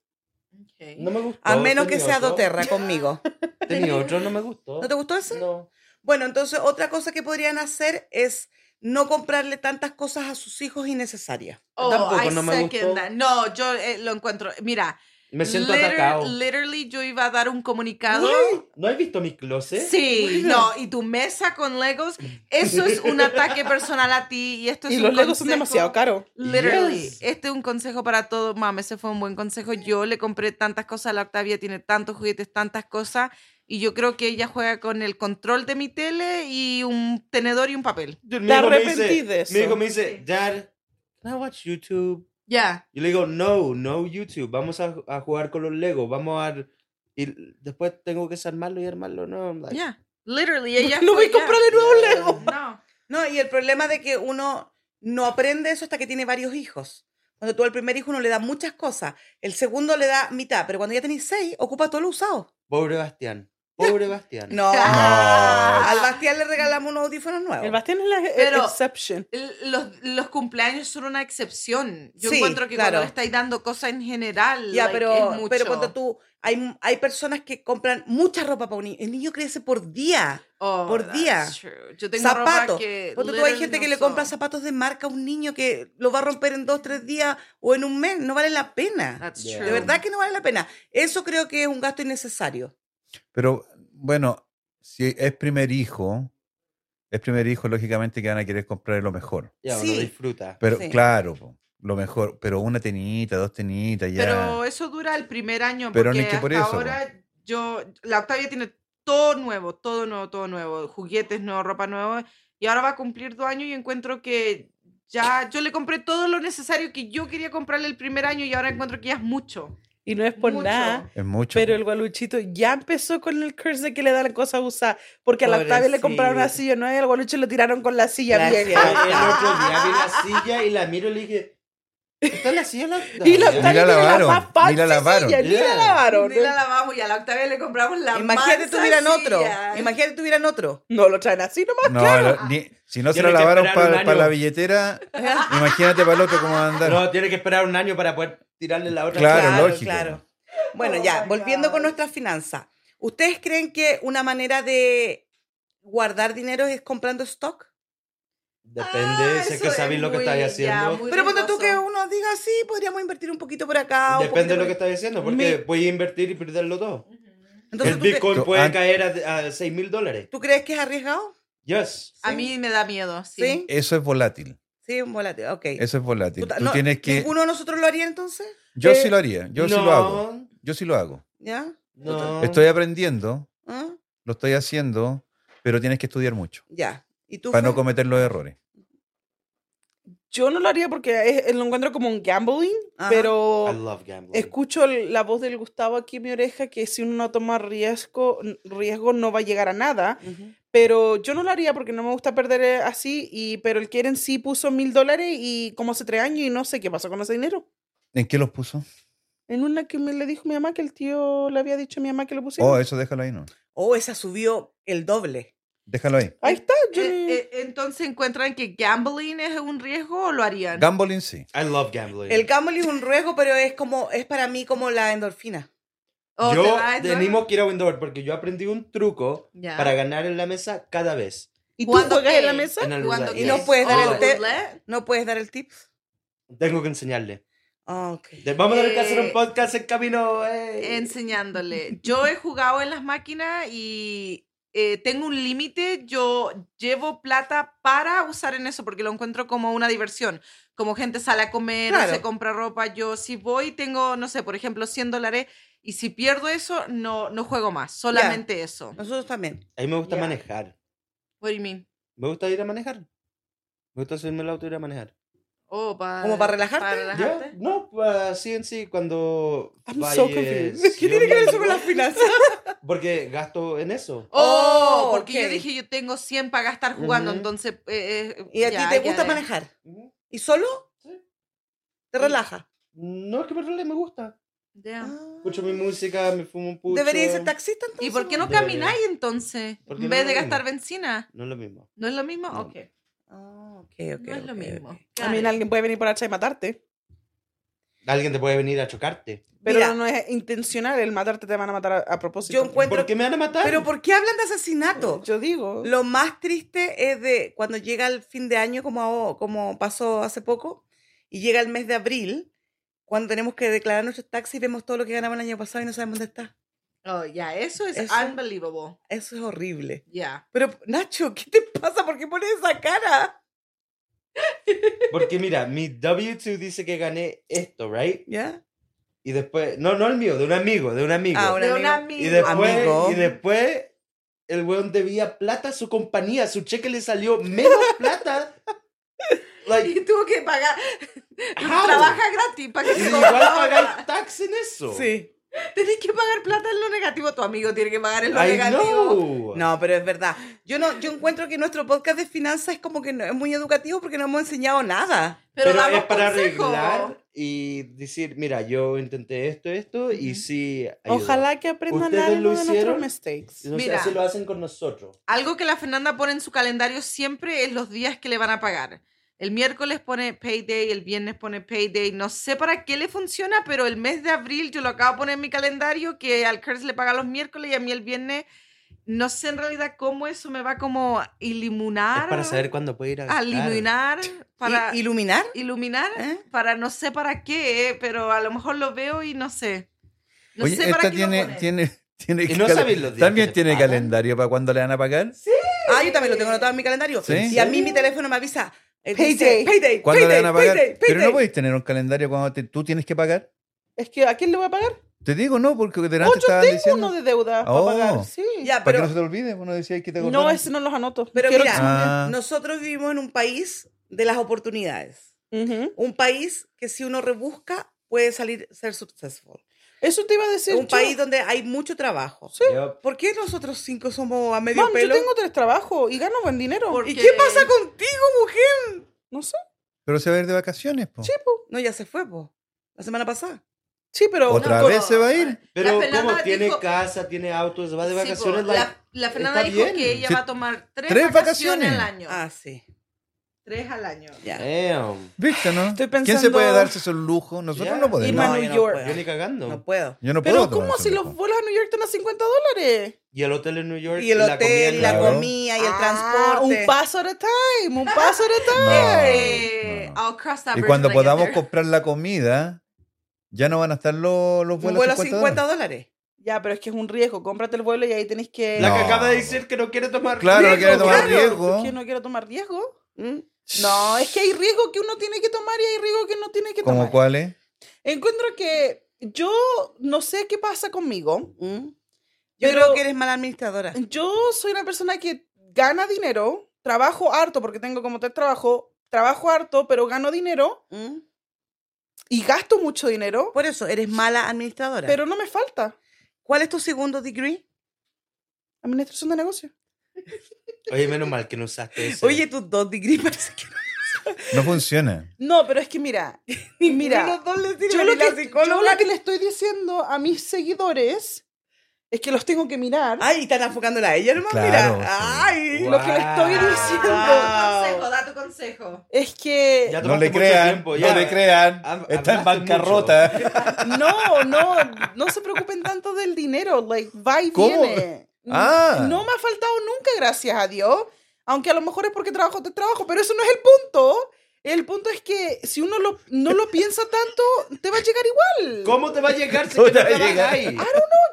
Ok. no me gustó. A menos que tenía sea otro. doterra conmigo. Tenía otro, este no me gustó. ¿No te gustó ese? No. Bueno, entonces otra cosa que podrían hacer es no comprarle tantas cosas a sus hijos innecesarias. Oh, Tampoco, I no me second gustó. that. No, yo eh, lo encuentro. Mira, Me siento liter- atacado. literally yo iba a dar un comunicado. Uy, ¿No has visto mi closet? Sí, no, y tu mesa con Legos, eso es un ataque personal a ti y esto es y un los legos son consejo- demasiado caros. Literally, Yes. este es un consejo para todo. Mam, ese fue un buen consejo. Yo le compré tantas cosas a la Octavia, tiene tantos juguetes, tantas cosas. Y yo creo que ella juega con el control de mi tele y un tenedor y un papel. Dude, mi Te hijo me arrepentí dice- de eso. Mi hijo me dice, Dad, can I watch YouTube? Ya. Y le digo, no, no YouTube, vamos a, a jugar con los Legos, vamos a... Y después tengo que desarmarlo y armarlo, no. I'm Ya. like, Literally, ella. No voy a juega- comprarle nuevos legos. No. No, y el problema de que uno no aprende eso hasta que tiene varios hijos. Cuando tú al primer hijo uno le da muchas cosas, el segundo le da mitad, pero cuando ya tenéis seis, ocupa todo lo usado. Pobre Bastián, pobre Bastián. No, No. al Bastián le regalamos unos audífonos nuevos. El Bastián es la e- Pero- exception. L- Los, los cumpleaños son una excepción. Yo Sí, encuentro que claro. cuando le estáis dando cosas en general, Ya, like, pero, es mucho. pero cuando tú, hay, hay personas que compran mucha ropa para un niño. El niño crece por día. Oh, por that's día. true. Yo tengo zapatos. ropa que Ponte tú, hay literally gente no que le uso. compra zapatos de marca a un niño que lo va a romper en dos, tres días o en un mes. No vale la pena. That's Yeah. true. De verdad que no vale la pena. Eso creo que es un gasto innecesario. Pero bueno, si es primer hijo, es primer hijo, lógicamente que van a querer comprar lo mejor. Ya, uno Sí. disfruta. Pero Sí. claro, po, lo mejor. Pero una tenita, dos tenitas, ya. Pero eso dura el primer año. Pero porque ni que por hasta eso. ahora yo. La Octavia tiene todo nuevo, todo nuevo, todo nuevo, juguetes nuevos, ropa nueva. Y ahora va a cumplir dos años y encuentro que ya yo le compré todo lo necesario que yo quería comprarle el primer año y ahora encuentro que ya es mucho. Y no es por mucho. nada. Es mucho. Pero el gualuchito ya empezó con el curse de que le dan cosas usadas. Porque a la Octavia le Pobrecito. compraron una silla nueva y al gualucho lo tiraron con la silla Gracias. vieja. El otro día vi la silla y la miro y le dije, ¿está la silla? La... Y la Ni Octavia la tiene lavaron, más fancy ni la lavaron. silla, ni la Yeah. lavaron. Ni la lavamos y a la Octavia le compramos la Imagínate mansa tuvieran otro. silla. Imagínate tuvieran otro. No lo traen así nomás. no, la- ni- si no se Tiene que la lavaron esperar un para año. la billetera, imagínate para el otro cómo va a andar. No, tiene que esperar un año para poder tirarle la otra. Claro, lógico. Bueno, Oh ya, my volviendo con God. nuestras finanzas. ¿Ustedes creen que una manera de guardar dinero es comprando stock? Depende, Ah, sé eso que es sabéis lo que muy- estáis ya, haciendo. muy Pero ponte riesgoso. tú que uno diga, sí, podríamos invertir un poquito por acá. un Depende de lo que poquito estás diciendo, porque voy a invertir y perderlo todo. por- Entonces, el ¿tú, cre- Bitcoin Tú- puede an- caer a, a 6 mil dólares. tú crees que es arriesgado? Yes. A mí me da miedo, sí. Sí, Eso es volátil. sí, un volátil, ok. Eso es volátil. Puta, Tú no, tienes que. ¿Ninguno de nosotros lo haría entonces? Yo eh, sí lo haría. Yo sí no, lo hago. Yo sí lo hago. ¿Ya? No. Estoy aprendiendo, ¿Ah? lo estoy haciendo, pero tienes que estudiar mucho Ya. ¿Y tú? para no Fer? cometer los errores. Yo no lo haría porque es- lo encuentro como un gambling, Ajá. pero I love gambling. escucho el- la voz del Gustavo aquí en mi oreja que si uno no toma riesgo, riesgo no va a llegar a nada. Ujú. Pero yo no lo haría porque no me gusta perder eh, así. Y, pero el Keren sí puso mil dólares y como hace tres años y no sé qué pasó con ese dinero. ¿En qué los puso? En una que me le dijo mi mamá que el tío le había dicho a mi mamá que lo pusiera. Oh, eso déjalo ahí, no. Oh, esa subió el doble. Déjalo ahí. Ahí está, yo Eh, le- eh, entonces encuentran que gambling es un riesgo o lo harían. Gambling sí. I love gambling. El gambling es un riesgo, pero es como es para mí como la endorfina. ¿O oh, te yo da- tenemos que ir a Windows porque yo aprendí un truco Ya. para ganar en la mesa cada vez. ¿Y tú ¿Cuándo juegas en la qué? mesa? En el Cuando roulette, Y no yes. puedes dar Oh, el té. roulette. ¿No puedes dar el tip? Tengo que enseñarle. Ah, ok. De- Vamos a tener que hacer Eh, un podcast en camino. eh. enseñándole. Yo he jugado en las máquinas y eh, tengo un límite. Yo llevo plata para usar en eso porque lo encuentro como una diversión. Como gente sale a comer, o Claro. se compra ropa. Yo si voy tengo, no sé, por ejemplo, 100 dólares y si pierdo eso, no, no juego más. Solamente eso. Nosotros también. A mí me gusta Ya. manejar. What do you mean? Me gusta ir a manejar. Me gusta subirme al auto y ir a manejar. Oh, pa- ¿Como para relajarte? ¿Ya? relajarte. No, pues, así en sí, cuando. I'm vayas- so confused. yo me- finanzas? Porque gasto en eso. Oh, Oh, porque yo ok. dije yo tengo 100 para gastar jugando, Ujú. entonces... eh, eh, ¿Y a ya, ti te ya, gusta ya. manejar? ¿Y solo? Sí. ¿Te relaja? No es que me rele, me gusta. Ya. Ah. Escucho mi música, me fumo un pucho. ¿Debería ser taxista entonces? ¿Y por qué no Debería. camináis entonces? Porque En no vez es de lo mismo. gastar benzina. No es lo mismo. ¿No es lo mismo? No. Ok. Ah, ok, ok. no es lo ok, mismo. ok. A mí Claro. alguien puede venir por atrás y matarte. Alguien te puede venir a chocarte. Pero Mira. no es intencional el matarte, te van a matar a, a propósito. Yo encuentro. ¿Por qué me van a matar? ¿Pero por qué hablan de asesinato? Yo digo. Lo más triste es de cuando llega el fin de año, como, aho- como pasó hace poco, y llega el mes de abril, cuando tenemos que declarar nuestros taxis, vemos todo lo que ganamos el año pasado y no sabemos dónde está. Oh, ya, eso es Eso- unbelievable. Eso es horrible. Ya. Pero, Nacho, ¿qué te pasa? ¿Por qué pones esa cara? Porque mira, mi W2 dice que gané esto, ¿right? ¿Ya? Y después. No, no el mío, de un amigo, de un amigo. Ah, De amigo. un amigo. Y después, Amigo. y después el weón debía plata a su compañía. Su cheque le salió menos plata. Like, Y tuvo que pagar. how? Trabaja gratis para que Y se igual pagáis tax en eso. Sí. Tenés que pagar plata en lo negativo. Tu amigo tiene que pagar en lo I negativo. know. No, pero es verdad. Yo no, yo encuentro que nuestro podcast de finanzas es como que no- es muy educativo porque no hemos enseñado nada. Pero, Pero damos es para consejo. arreglar y decir, mira, yo intenté esto, esto, y Ujú. sí. ayudó. Ojalá que aprendan ¿Ustedes algo lo de nuestros hicieron? mistakes. No sé, Mira. así lo hacen con nosotros. Algo que la Fernanda pone en su calendario siempre es los días que le van a pagar. El miércoles pone payday, el viernes pone payday. No sé para qué le funciona, pero el mes de abril yo lo acabo de poner en mi calendario que al Curse le paga los miércoles y a mí el viernes. No sé en realidad cómo eso me va como a iluminar. Es para saber cuándo puede ir a. a iluminar, para ¿Y- ¿Iluminar? iluminar, ¿Eh? para no sé para qué, eh, pero a lo mejor lo veo y no sé. No Oye, sé esta para qué lo tiene, pone. tiene, tiene Y no calen- sabéis los días También que te tiene pagan. calendario para cuando le van a pagar. Ah, yo también lo tengo anotado en mi calendario. Sí. Y a mí mi teléfono me avisa. eh, Payday. dice, payday, ¿Cuándo le payday, van a pagar? payday, Pero payday. no podéis tener un calendario cuando te- tú tienes que pagar. Es que ¿a quién le voy a pagar? Te digo, no, porque delante Ocho estaban tengo diciendo. uno de deuda Oh. para pagar. Sí. Ya, Para que no pero se te olvide, uno decía que te no, acordaras. ese no los anoto. Pero Quiero que mira, se me olvide. Ah, nosotros vivimos en un país de las oportunidades. Ujú. Un país que si uno rebusca puede salir ser successful. Eso te iba a decir. un yo. país donde hay mucho trabajo. Yep. ¿Por qué nosotros cinco somos a medio Mam, yo pelo? tengo tres trabajos y gano buen dinero. Por- ¿Y Porque- qué pasa contigo, mujer? No sé. Pero se va a ir de vacaciones, po. Sí, po. No, ya se fue, po. La semana pasada. Sí, pero. Otra No, vez se va a ir. Pero La Fernanda como tiene dijo- casa, tiene autos, va de Sí, vacaciones, po, like, la, la Fernanda está dijo bien. que ella Sí. va a tomar tres, Tres vacaciones. vacaciones. al año. Ah, sí. Tres al año. Ya. damn. ¿Viste, no? Estoy ¿Quién se pensando- puede darse ese lujo? Nosotros Ya. no Y podemos. más- No, New yo no York. puedo. Yo ni cagando. No puedo. Yo no puedo. pero tomar ¿cómo ese si lujo. los vuelos a New York están a 50 dólares? Y el hotel en New York. Y el hotel, y comida, la Claro. comida, y el Ah, transporte. Un paso at a time, un paso at a time. No, Eh, no. I'll cross that Y bridge cuando when I get podamos there. comprar la comida, ya no van a estar los, los Un vuelos. vuelo a 50 50 dólares. dólares. Ya, pero es que es un riesgo. Cómprate el vuelo y ahí tenés que. La que No. acaba de decir que no quiere tomar. Claro, no quiere Claro, tomar claro, riesgo. es que no quiero tomar riesgo. ¿Mm? No, es que hay riesgo que uno tiene que tomar y hay riesgo que no tiene que ¿Cómo tomar. cuál es? Encuentro que yo no sé qué pasa conmigo. ¿Mm? Yo Pero- creo que eres mala administradora. Yo soy una persona que gana dinero, trabajo harto porque tengo como tres trabajos, trabajo harto, pero gano dinero ¿Mm? y gasto mucho dinero, Por eso, eres mala administradora. pero no me falta. ¿Cuál es tu segundo degree? Administración de negocio. Oye, menos mal que no usaste eso. Oye, tus dos degrees parece que No funciona. No, pero es que mira, mira, los dos le yo sirven. lo, ni la que, yo psicóloga. lo que le estoy diciendo a mis seguidores es que los tengo que mirar. Ay, están enfocándola a ella, hermano. Claro, sí. mira. Ay. Lo que le estoy Wow. diciendo Da tu Ah, consejo, da tu consejo. es que Ya No tomaste le mucho crean, tiempo, no ya. le crean. Hab- Está en hablaste bancarrota. No, no, no se preocupen tanto del dinero, like, va y ¿Cómo? viene. N- Ah. No me ha faltado nunca, gracias a Dios, aunque a lo mejor es porque trabajo de trabajo, pero eso no es el punto. El punto es que si uno lo- no lo piensa tanto, te va a llegar igual. ¿Cómo te va a llegar si ¿Cómo que te no va a trabajas llegar? ahí? No,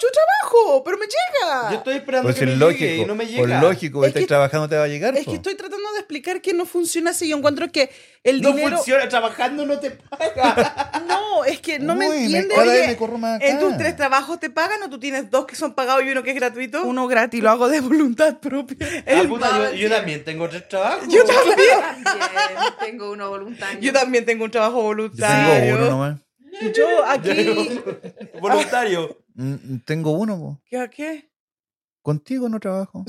yo trabajo, pero me llega. Yo estoy esperando Pues que me es llegue lógico. y no me Por llega. lógico, Es estás que- trabajando, te va a llegar. Es po. que estoy tratando de explicar que no funciona así. Yo encuentro que el No dinero... funciona, trabajando no te paga. No, es que no me Uy, entiendes. cada vez Oye, me corro más ¿En acá. tus tres trabajos te pagan o tú tienes dos que son pagados y uno que es gratuito? uno gratis, lo hago de voluntad propia. Ah, puta, yo, volunteer. yo también tengo tres trabajos. Yo también. También tengo uno voluntario. Yo también tengo un trabajo Yo tengo voluntario. uno nomás. Yo aquí... Voluntario. Mm, Tengo uno, po. ¿Qué a qué? Contigo no trabajo.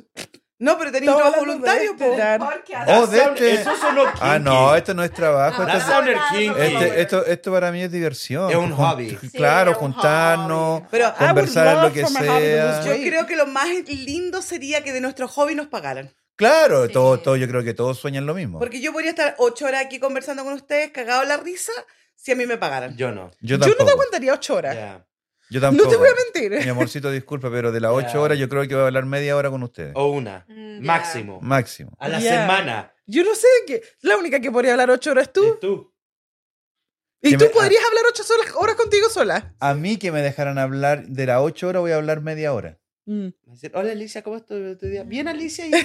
No, pero tenía un Todo trabajo lo voluntario, po. de- de- Podcast. Oh, de Sound- este. Eso sonó Ah, kinky. no, esto no es trabajo. No, esto, That's es- no, Sounder no, King. no, este- no, no. esto, esto para mí es diversión. Es un Jun- hobby. Claro, Sí, es un juntarnos, hobby. Pero I would conversar en lo love que for my hobby to sea. just Yo Sí. creo que lo más lindo sería que de nuestro hobby nos pagaran. Claro, Sí. todo, todo, yo creo que todos sueñan lo mismo. Porque yo podría estar ocho horas aquí conversando con ustedes, cagado en la risa, si a mí me pagaran. Yo no. Yo Yo no tampoco. te aguantaría ocho horas. Yeah. Yo No tampoco. te voy a mentir. Mi amorcito, disculpa, pero de las Ya. 8 horas yo creo que voy a hablar media hora con ustedes. O una. Mm, ya. Máximo. Máximo. A la Ya. semana. Yo no sé de qué. La única que podría hablar ocho horas ¿Y tú. tú? Y Eh, que tú me- podrías hablar ocho solas- horas contigo sola. A mí que me dejaran hablar de las 8 horas, voy a hablar media hora. Mm, Me dicen, Hola Alicia, ¿cómo estás tu día? Bien, Alicia, ¿y tú?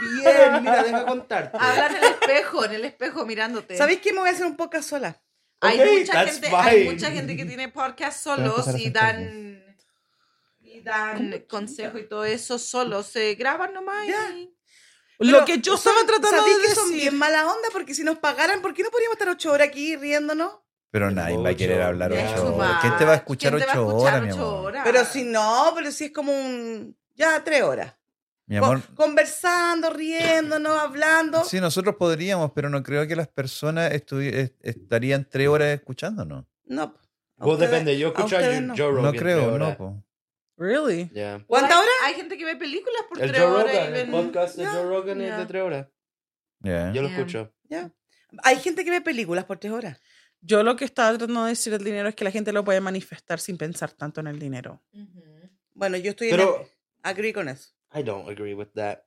Bien, mira, déjame contarte. Habla en el espejo, en el espejo mirándote. ¿Sabéis qué? Me voy a hacer un podcast sola. Hay, Ok, mucha that's gente, hay fine. mucha gente que tiene podcast a solos empezar a y hacer dan, y dan consejo y todo eso solos. Se graban nomás y... Lo que yo estaba tratando de ¿sabéis que decir. son bien mala onda? Porque si nos pagaran, ¿por qué no podríamos estar ocho horas aquí riéndonos? Pero nadie va a Ocho, querer hablar ya. 8 Too horas. ¿Quién te va a escuchar ¿Quién te va a 8 escuchar horas, mi ocho amor? horas? Pero si no, pero si es como un... Ya, tres horas. Mi amor, Co- Conversando, riéndonos, hablando. sí, nosotros podríamos, pero no creo que las personas estuvi- est- estarían 3 horas escuchándonos. No. a Vos ustedes- depende, yo a escucho a ustedes Joe- no. Joe Rogan. No creo, tres no, horas. po. Really? Ya. ¿Cuánta Hay- hora? Hay gente que ve películas por El tres Joe horas y Rogan, el ven... podcast de Ya, Joe Rogan es de ya. tres horas. Ya. Yo lo Ya. escucho. Hay gente que ve películas por tres horas. Yo lo que estaba tratando de decir del dinero es que la gente lo puede manifestar sin pensar tanto en el dinero. Ujú. Bueno, yo estoy... en Pero Agree con eso. I don't agree with that.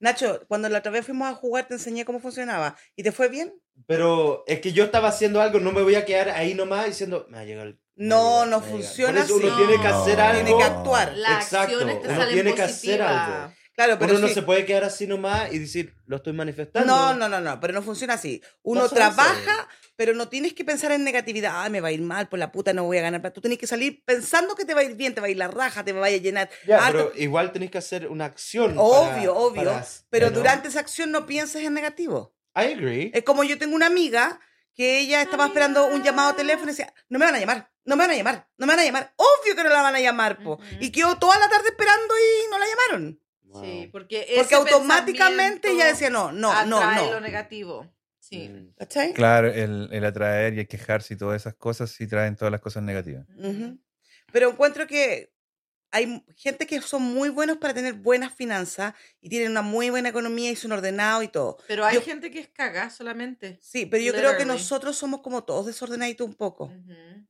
Nacho, cuando la otra vez fuimos a jugar te enseñé cómo funcionaba. ¿Y te fue bien? Pero es que yo estaba haciendo algo, no me voy a quedar ahí nomás diciendo, me ha llegado el... me No, va a llegar, no me va a llegar". funciona Por eso uno así. tiene que No. hacer No. algo. Tiene que actuar. Las Exacto, acciones te uno salen tiene que positivas. hacer algo. Claro, pero Uno no sí. se puede quedar así nomás y decir, lo estoy manifestando. No, no, no, no, pero no funciona así. Uno Pasa trabaja, pero no tienes que pensar en negatividad. Ah, me va a ir mal, por la puta no voy a ganar. plata. Tú tienes que salir pensando que te va a ir bien, te va a ir la raja, te va a llenar. Ya, pero harto- igual tenés que hacer una acción. para- obvio, obvio. para- pero ¿no? durante Eh, esa acción no pienses en negativo. I agree. Es como yo tengo una amiga que Ah, ella estaba esperando un llamado a teléfono y decía, no me van a llamar, no me van a llamar, no me van a llamar. Obvio que no la van a llamar, po. Ujú. Y quedó toda la tarde esperando y no la llamaron. Wow. Sí, porque, Porque ese automáticamente ella pensamiento decía, no, no, no, atrae lo no. negativo. Sí. Mm. ¿Cachai? Claro, el, el atraer y el quejarse y todas esas cosas sí traen todas las cosas negativas. Mm. Ujú. Pero encuentro que hay m- gente que son muy buenos para tener buenas finanzas y tienen una muy buena economía y son ordenados y todo. Pero hay Yo- gente que es cagada solamente. Sí, pero yo creo que Literally. nosotros somos como todos desordenaditos un Oh. poco, Ujú.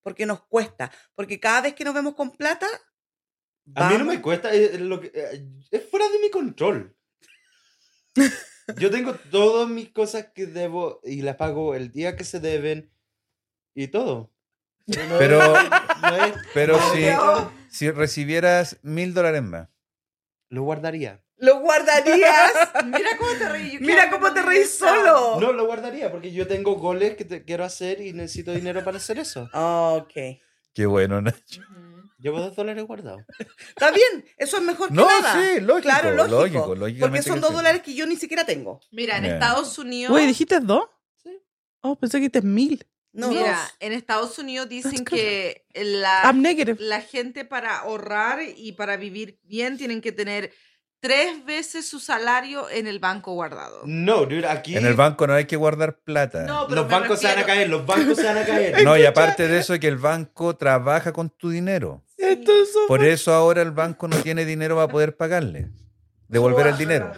porque nos cuesta, porque cada vez que nos vemos con plata... A mí no vamos- me cuesta, eh, eh, lo que- eh, es fuera de mi control. Yo tengo todas mis cosas que debo y las pago el día que se deben y todo. No Pero, es- no es- pero no si, es- si recibieras mil dólares más, Lo guardaría. Lo guardarías. Mira cómo te reí. you Mira can't cómo te believe reís yourself. solo. No, lo guardaría porque yo tengo goles que te- quiero hacer y necesito dinero para hacer eso. Ok. qué bueno, ¿no? Ujú. Llevo dos dólares guardados. Está bien, eso es mejor que No, nada. sí, lógico, Claro, lógico, lógico. porque lógicamente son que dos sí. dólares que yo ni siquiera tengo. Mira, en Bien. Estados Unidos. Güey, ¿dijiste dos? Sí. Oh, pensé que dijiste mil. No, mira, dos. en Estados Unidos dicen good. que la, I'm negative. la gente para ahorrar y para vivir bien tienen que tener tres veces su salario en el banco guardado. No, dude, aquí En el banco no hay que guardar plata. pero los me bancos se van a refiero- caer, los bancos se van a caer. No, y aparte de eso, que el banco trabaja con tu dinero. Esto es so- Por eso ahora el banco no tiene dinero para poder pagarle. Devolver el dinero.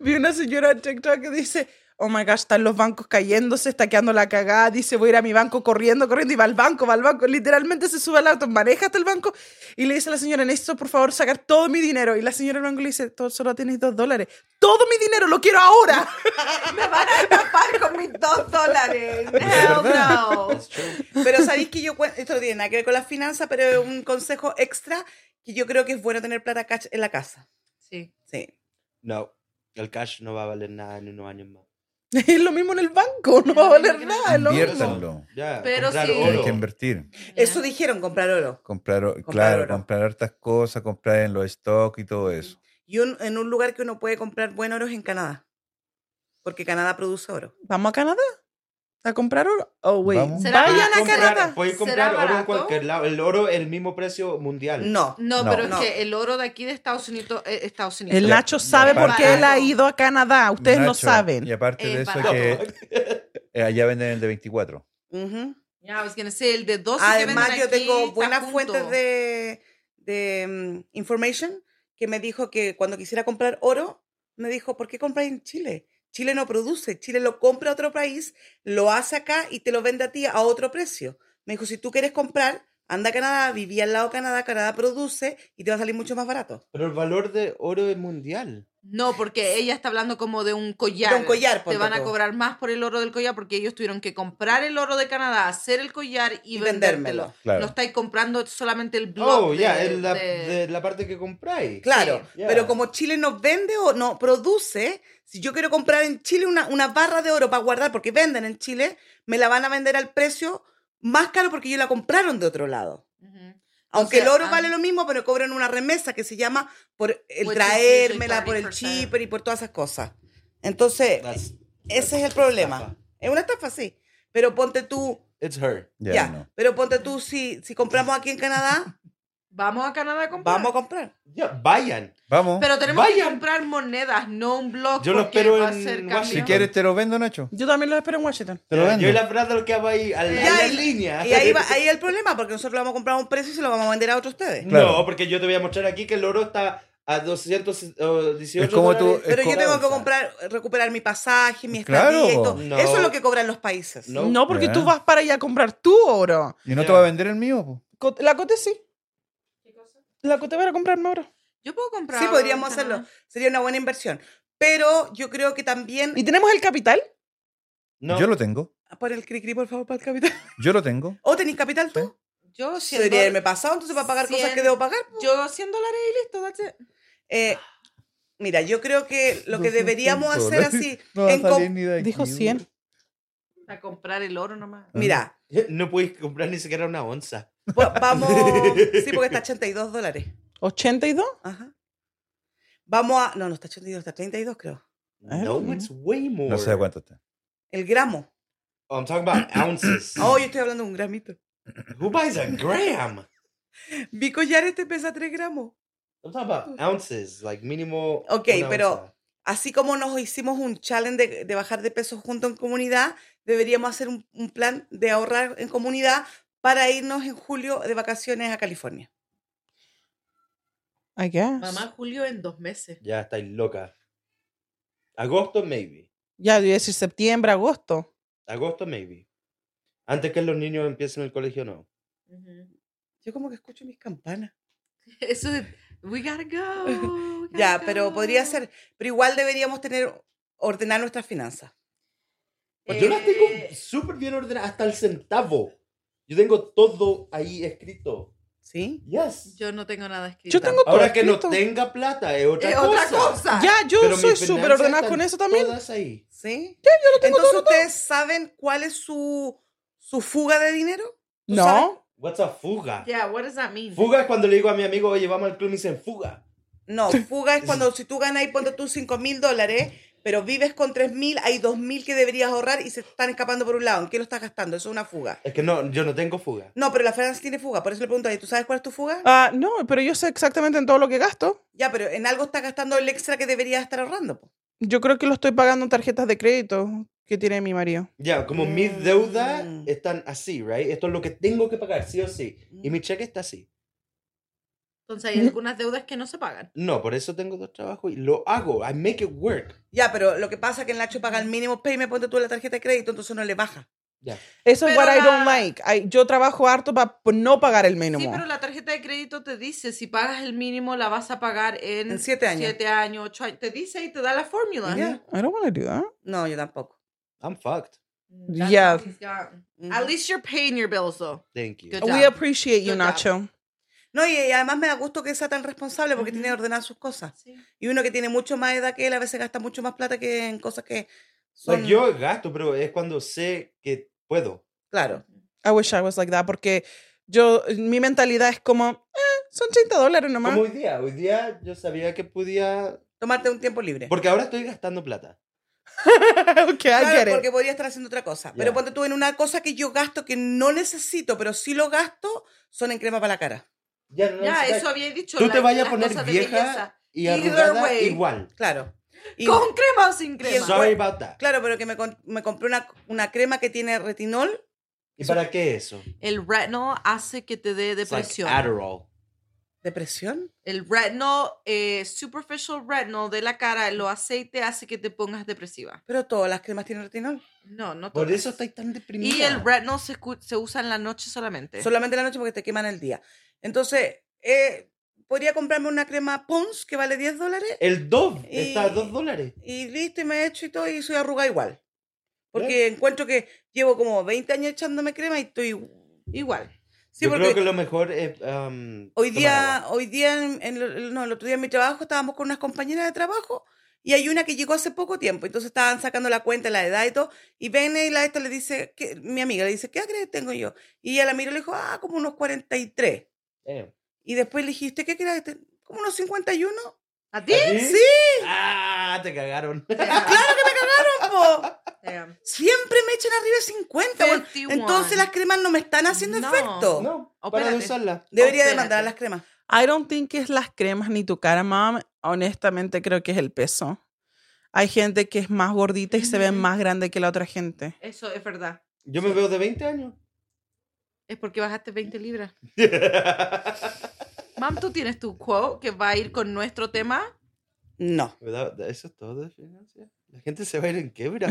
Vi una señora en TikTok que dice, oh my gosh, están los bancos cayéndose, está quedando la cagada, dice, voy a ir a mi banco corriendo, corriendo, y va al banco, va al banco. Literalmente se sube al auto, maneja hasta el banco y le dice a la señora, necesito por favor sacar todo mi dinero. Y la señora del banco le dice, "Tú solo tienes dos dólares. Todo mi dinero, lo quiero ahora. Me van a estafar con mis dos dólares. Hell verdad. no. That's true. Pero sabéis que yo, cuen- esto no tiene nada que ver con las finanzas, pero es un consejo extra que yo creo que es bueno tener plata cash en la casa. Sí. Sí. No, el cash no va a valer nada en unos años más. Es lo mismo en el banco, no va a valer nada. es lo mismo. Inviértanlo. Ya, Pero comprar sí. Hay oro. que invertir. Eso dijeron, comprar oro. Comprar, o- claro, oro. comprar hartas cosas, comprar en los stocks y todo eso. Y un- en un lugar que uno puede comprar buen oro es en Canadá. Porque Canadá produce oro. ¿Vamos a Canadá? ¿A comprar oro? Oh, wait. Vamos. ¿Será Ah, Vayan a barato? comprar- Canadá. Puedes ¿Será comprar oro en barato? cualquier lado. El oro es el mismo precio mundial. No. No, No. pero es No. que el oro de aquí de Estados Unidos, eh, Estados Unidos. El La- Nacho sabe por qué él ha ido a Canadá. Ustedes no Nacho, saben. Y aparte Eh, de eso, para- que eh, allá venden el de 24. Ujú. Yeah, I was gonna say, el de 12 que Además, venden yo aquí tengo está buenas junto. fuentes de, de mm, information que me dijo que cuando quisiera comprar oro, me dijo, ¿por qué compras en Chile? Chile no produce, Chile lo compra a otro país, lo hace acá y te lo vende a ti a otro precio. Me dijo, si tú quieres comprar, anda a Canadá, viví al lado de Canadá, Canadá produce y te va a salir mucho más barato. Pero el valor de oro es mundial. No, porque ella está hablando como de un collar. De un collar, Te ponte van a tú. cobrar más por el oro del collar porque ellos tuvieron que comprar el oro de Canadá, hacer el collar y, Y vendérmelo. vendérmelo. Claro. No estáis comprando solamente el blog. Oh, de- ya, es la, de- de la parte que compráis. Claro, Sí, pero ya. como Chile no vende o no produce, si yo quiero comprar en Chile una, una barra de oro para guardar, porque venden en Chile, me la van a vender al precio más caro porque ellos la compraron de otro lado. Ujú. Aunque el sea, oro ah. vale lo mismo, pero cobran una remesa que se llama por el Which is traérmela, usually por el 30%. cheaper y por todas esas cosas. Entonces, That's- ese es el estafa. problema. Es una estafa, sí. Pero ponte tú, It's her. Ya, ya, no. pero ponte tú, si, si compramos aquí en Canadá, Vamos a Canadá a comprar. vamos a comprar. Ya, vayan. Vamos. Pero tenemos que Vayan. comprar monedas, no un blog. Yo lo porque espero va a en ser Washington. cambio. si quieres, te lo vendo, Nacho. Yo también lo espero en Washington. Te lo Ya, vendo. Yo y la Prada lo que hago ahí, a la, Ya, a la y- línea. Y ahí, va, ahí el problema, porque nosotros lo vamos a comprar a un precio y se lo vamos a vender a otros ustedes. Eh, No, Claro. porque yo te voy a mostrar aquí que el oro está a 218 Es como tú- dólares. es Pero yo como- tengo que comprar, recuperar mi pasaje, mi Claro. estadía y todo. No. Eso es lo que cobran los países. No. No, porque Ya. tú vas para allá a comprar tu oro. Y no te Ya. va a vender el mío. po. Co- La Cote sí. La Cote va a comprarme oro. Yo puedo comprar. Sí, oro podríamos en Canadá. hacerlo. Sería una buena inversión. Pero yo creo que también... ¿Y tenemos el capital? No. Yo lo tengo. Por el cri-cri, por favor, para el capital. Yo lo tengo. ¿O tenés capital tú? Yo 100 Debería dólares. haberme pasado, entonces para pagar cosas Cien. que debo pagar. po. Yo 100 dólares y listo, that's it. Eh, Mira, yo creo que lo que 200 deberíamos hacer dólares. Ah. así, No va a en com- salir ni de aquí, Dijo güey. 100. A comprar el oro nomás. mira, No podéis comprar ni siquiera una onza. va- vamos, sí, porque está 82 dólares. ¿82? Ajá. Vamos a, no, no está 82, está 32 creo. No, Ah. it's way more. No sé cuánto está. El gramo. Oh, I'm talking about ounces. Oh, yo estoy hablando de un gramito. Who buys a gram? Mi collar este pesa 3 gramos. I'm talking about ounces, like mínimo. Ok, una pero- onza. Así como nos hicimos un challenge de, de bajar de peso junto en comunidad, deberíamos hacer un, un plan de ahorrar en comunidad para irnos en julio de vacaciones a California. I guess. Mamá, Julio en dos meses. Ya estáis loca. Agosto, maybe. Ya, yo iba a decir septiembre, agosto. Agosto, maybe. Antes que los niños empiecen el colegio, no. Yo como que escucho mis campanas. Eso es. We gotta go. we gotta Ya, pero podría go. ser, pero igual deberíamos tener ordenar nuestras finanzas. Pues yo las tengo Eh, súper bien ordenadas, hasta el centavo. Yo tengo todo ahí escrito. ¿Sí? Yes. Yo no tengo nada escrito. Yo tengo todo Ahora que no escrito. tenga plata es otra Es cosa. otra cosa. Ya, yo Pero mis soy súper finanzas ordenada están con eso también. Todas ahí. ¿Sí? Entonces, ¿ustedes saben cuál es su, su fuga de dinero? ¿Tú No. sabes? What's a fuga? Yeah, what does that mean? Fuga es cuando le digo a mi amigo, oye, vamos al club y me dicen fuga. No, fuga es cuando si tú ganas y ponte tú 5 mil dólares, pero vives con 3 mil, hay 2 mil que deberías ahorrar y se están escapando por un lado. ¿En qué lo estás gastando? Eso es una fuga. Es que no, yo no tengo fuga. No, pero la Francia tiene fuga, por eso le pregunto a ella, ¿tú sabes cuál es tu fuga? Ah, no, pero yo sé exactamente en todo lo que gasto. Ya, pero en algo estás gastando el extra que deberías estar ahorrando. po. Yo creo que lo estoy pagando en tarjetas de crédito que tiene mi marido. Ya, como mis deudas Mm. están así, right? Esto es lo que tengo que pagar, sí o sí. Y mi cheque está así. Entonces hay algunas deudas que no se pagan. No, por eso tengo dos trabajos y lo hago. I make it work. Ya, pero lo que pasa es que el Nacho paga el mínimo pay y me ponte tú la tarjeta de crédito, entonces no le baja. Ya. Eso es Pero what I la- don't like. I- yo trabajo harto para no pagar el mínimo. Sí, pero la tarjeta de crédito te dice, si pagas el mínimo, la vas a pagar en, En siete años. siete años, ocho años. Te dice y te da la fórmula. Ya. I don't wanna do that. No, yo tampoco. I'm fucked. Mm, that's Yeah. what he's got. Ujú. Mm. At least you're paying your bills, though. Thank you. Good We job. appreciate you, Good job. Nacho. No, y, y además me da gusto que sea tan responsable porque tiene ordenadas sus Ah, cosas. Y uno que tiene mucho más edad que él a veces gasta mucho más plata que en cosas que son... Like, yo gasto, pero es cuando sé que puedo. Claro. I wish I was like that porque yo, mi mentalidad es como, eh, son 30 dólares nomás. Como hoy día. Hoy día yo sabía que podía... Tomarte un tiempo libre. Porque ahora estoy gastando plata. ok, I Claro, get it. porque podría estar haciendo otra cosa. Pero Ya. cuando tú en una cosa que yo gasto que no necesito, pero sí lo gasto, son en crema para la cara. Ya, no Ya, necesitas- eso había dicho. Tú la- te vayas las a poner cosas de vieja belleza. y Either arrugada way. igual. Claro. Y- ¿Con crema o sin crema? Sorry about that. Claro, pero que me, con- me compré una, una crema que tiene retinol. ¿Y para qué eso? El retinol hace que te dé It's like depresión. Adderall. ¿Depresión? el retinol, eh, superficial retinol de la cara, lo aceite hace que te pongas depresiva. Pero todas las cremas tienen retinol. No, no Por todas. eso estáis tan deprimida. Y el retinol se, escu- se usa en la noche solamente. Solamente en la noche porque te queman el día. Entonces, eh, podría comprarme una crema Pons que vale 10 dólares El Dove Y- está a dos dólares. y listo, y me echo y todo, y soy arruga igual. Porque encuentro que llevo como 20 años echándome crema y estoy igual. Sí, Yo porque creo que lo mejor es. um, hoy tomar día, agua. hoy día en, en lo- no, el otro día en mi trabajo estábamos con unas compañeras de trabajo y hay una que llegó hace poco tiempo, entonces estaban sacando la cuenta, la edad y todo, y viene y la esta le dice, que, mi amiga le dice, ¿qué edad crees que tengo yo? Y ella la miró y le dijo, ah, como unos 43. Damn. Y después le dijiste, ¿qué crees? que te- Como unos 51. ¿A ti? Ah, ¿A ti? Sí, ¡Ah! Te cagaron. po. Damn. Siempre me echan arriba de 50. bueno. 51. entonces las cremas no me están haciendo No. efecto. No, Oh, para de espérate. usarla. Debería Oh, demandar a espérate. las cremas. I don't think que es las cremas ni tu cara, mam. Honestamente creo que es el peso. Hay gente que es más gordita y se ve Ujú. más grande que la otra gente. Eso es verdad. Yo me veo de 20 años. Es porque bajaste 20 libras. Mam, tú tienes tu quote que va a ir con nuestro tema. No. ¿Verdad? Eso es todo de financia. La gente se va a ir en quebra.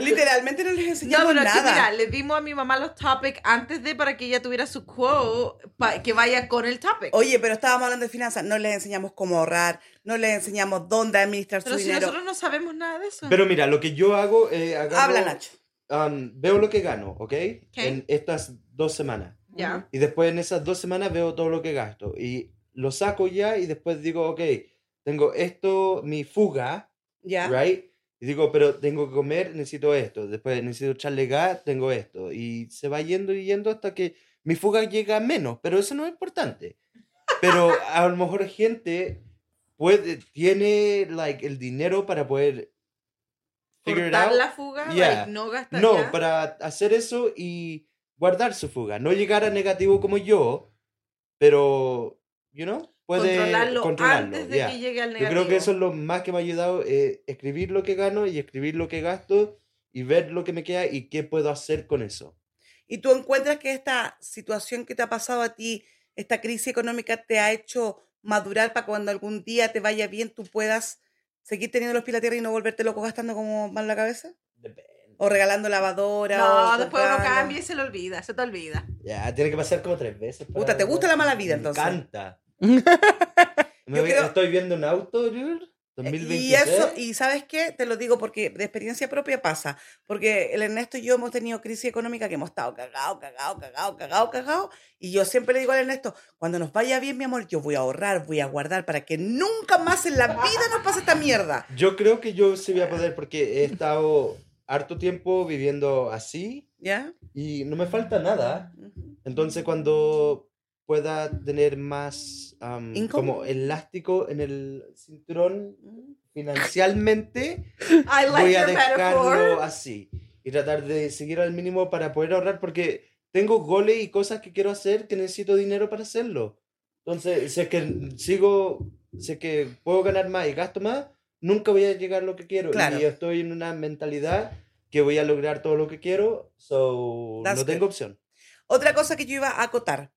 Literalmente no les No, enseñamos pero es que nada. mira, le dimos a mi mamá los topics antes de para que ella tuviera su quote pa- que vaya con el topic. Oye, pero estábamos hablando de finanzas. No les enseñamos cómo ahorrar, no les enseñamos dónde administrar pero su si dinero. nosotros no sabemos nada de eso. Pero mira, lo que yo hago. Eh, agarro- Habla, Nacho. um, veo lo que gano, ¿ok? En estas dos semanas. ya. Y después en esas dos semanas veo todo lo que gasto. Y lo saco ya y después digo, ok, tengo esto, mi fuga, ¿Ya? right? Y digo, pero tengo que comer, necesito esto. Después necesito echarle gas, tengo esto. Y se va yendo y yendo hasta que mi fuga llega a menos, pero eso no es importante. Pero a lo mejor gente puede, tiene like, el dinero para poder figure it Cortar out. la fuga, Yeah. like, no gastar No, ya. para hacer eso y guardar su fuga. No llegar a negativo como yo, pero, you know, puede controlarlo, controlarlo. antes de yeah. que llegue al Yo negativo. creo que eso es lo más que me ha ayudado, eh, escribir lo que gano y escribir lo que gasto y ver lo que me queda y qué puedo hacer con eso. ¿Y tú encuentras que esta situación que te ha pasado a ti, esta crisis económica, te ha hecho madurar para cuando algún día te vaya bien, tú puedas seguir teniendo los pies en la tierra y no volverte loco gastando como mal la cabeza? O regalando lavadora. No, o después uno comprando. cambia y se le olvida, se te olvida. Ya, tiene que pasar como tres veces. Puta, ¿te gusta la mala vida, entonces? Me encanta. Me Yo voy- creo- Estoy viendo un auto, dude, Y eso, 2026. y sabes qué, te lo digo porque de experiencia propia pasa, porque el Ernesto y yo hemos tenido crisis económica que hemos estado cagado, cagado, cagado, cagado, cagado, y yo siempre le digo al Ernesto, cuando nos vaya bien, mi amor, yo voy a ahorrar, voy a guardar para que nunca más en la vida nos pase esta mierda. Yo creo que yo sí voy a poder porque he estado harto tiempo viviendo así ¿Ya? y no me falta nada. Entonces, cuando pueda tener más am, Income. como elástico en el cinturón financialmente, I like voy a your dejarlo metaphor. así y tratar de seguir al mínimo para poder ahorrar porque tengo goles y cosas que quiero hacer que necesito dinero para hacerlo. Entonces, si es que sigo, si es que puedo ganar más y gasto más, nunca voy a llegar a lo que quiero. Claro. Y estoy en una mentalidad que voy a lograr todo lo que quiero, so That's no good. tengo opción. Otra cosa que yo iba a acotar,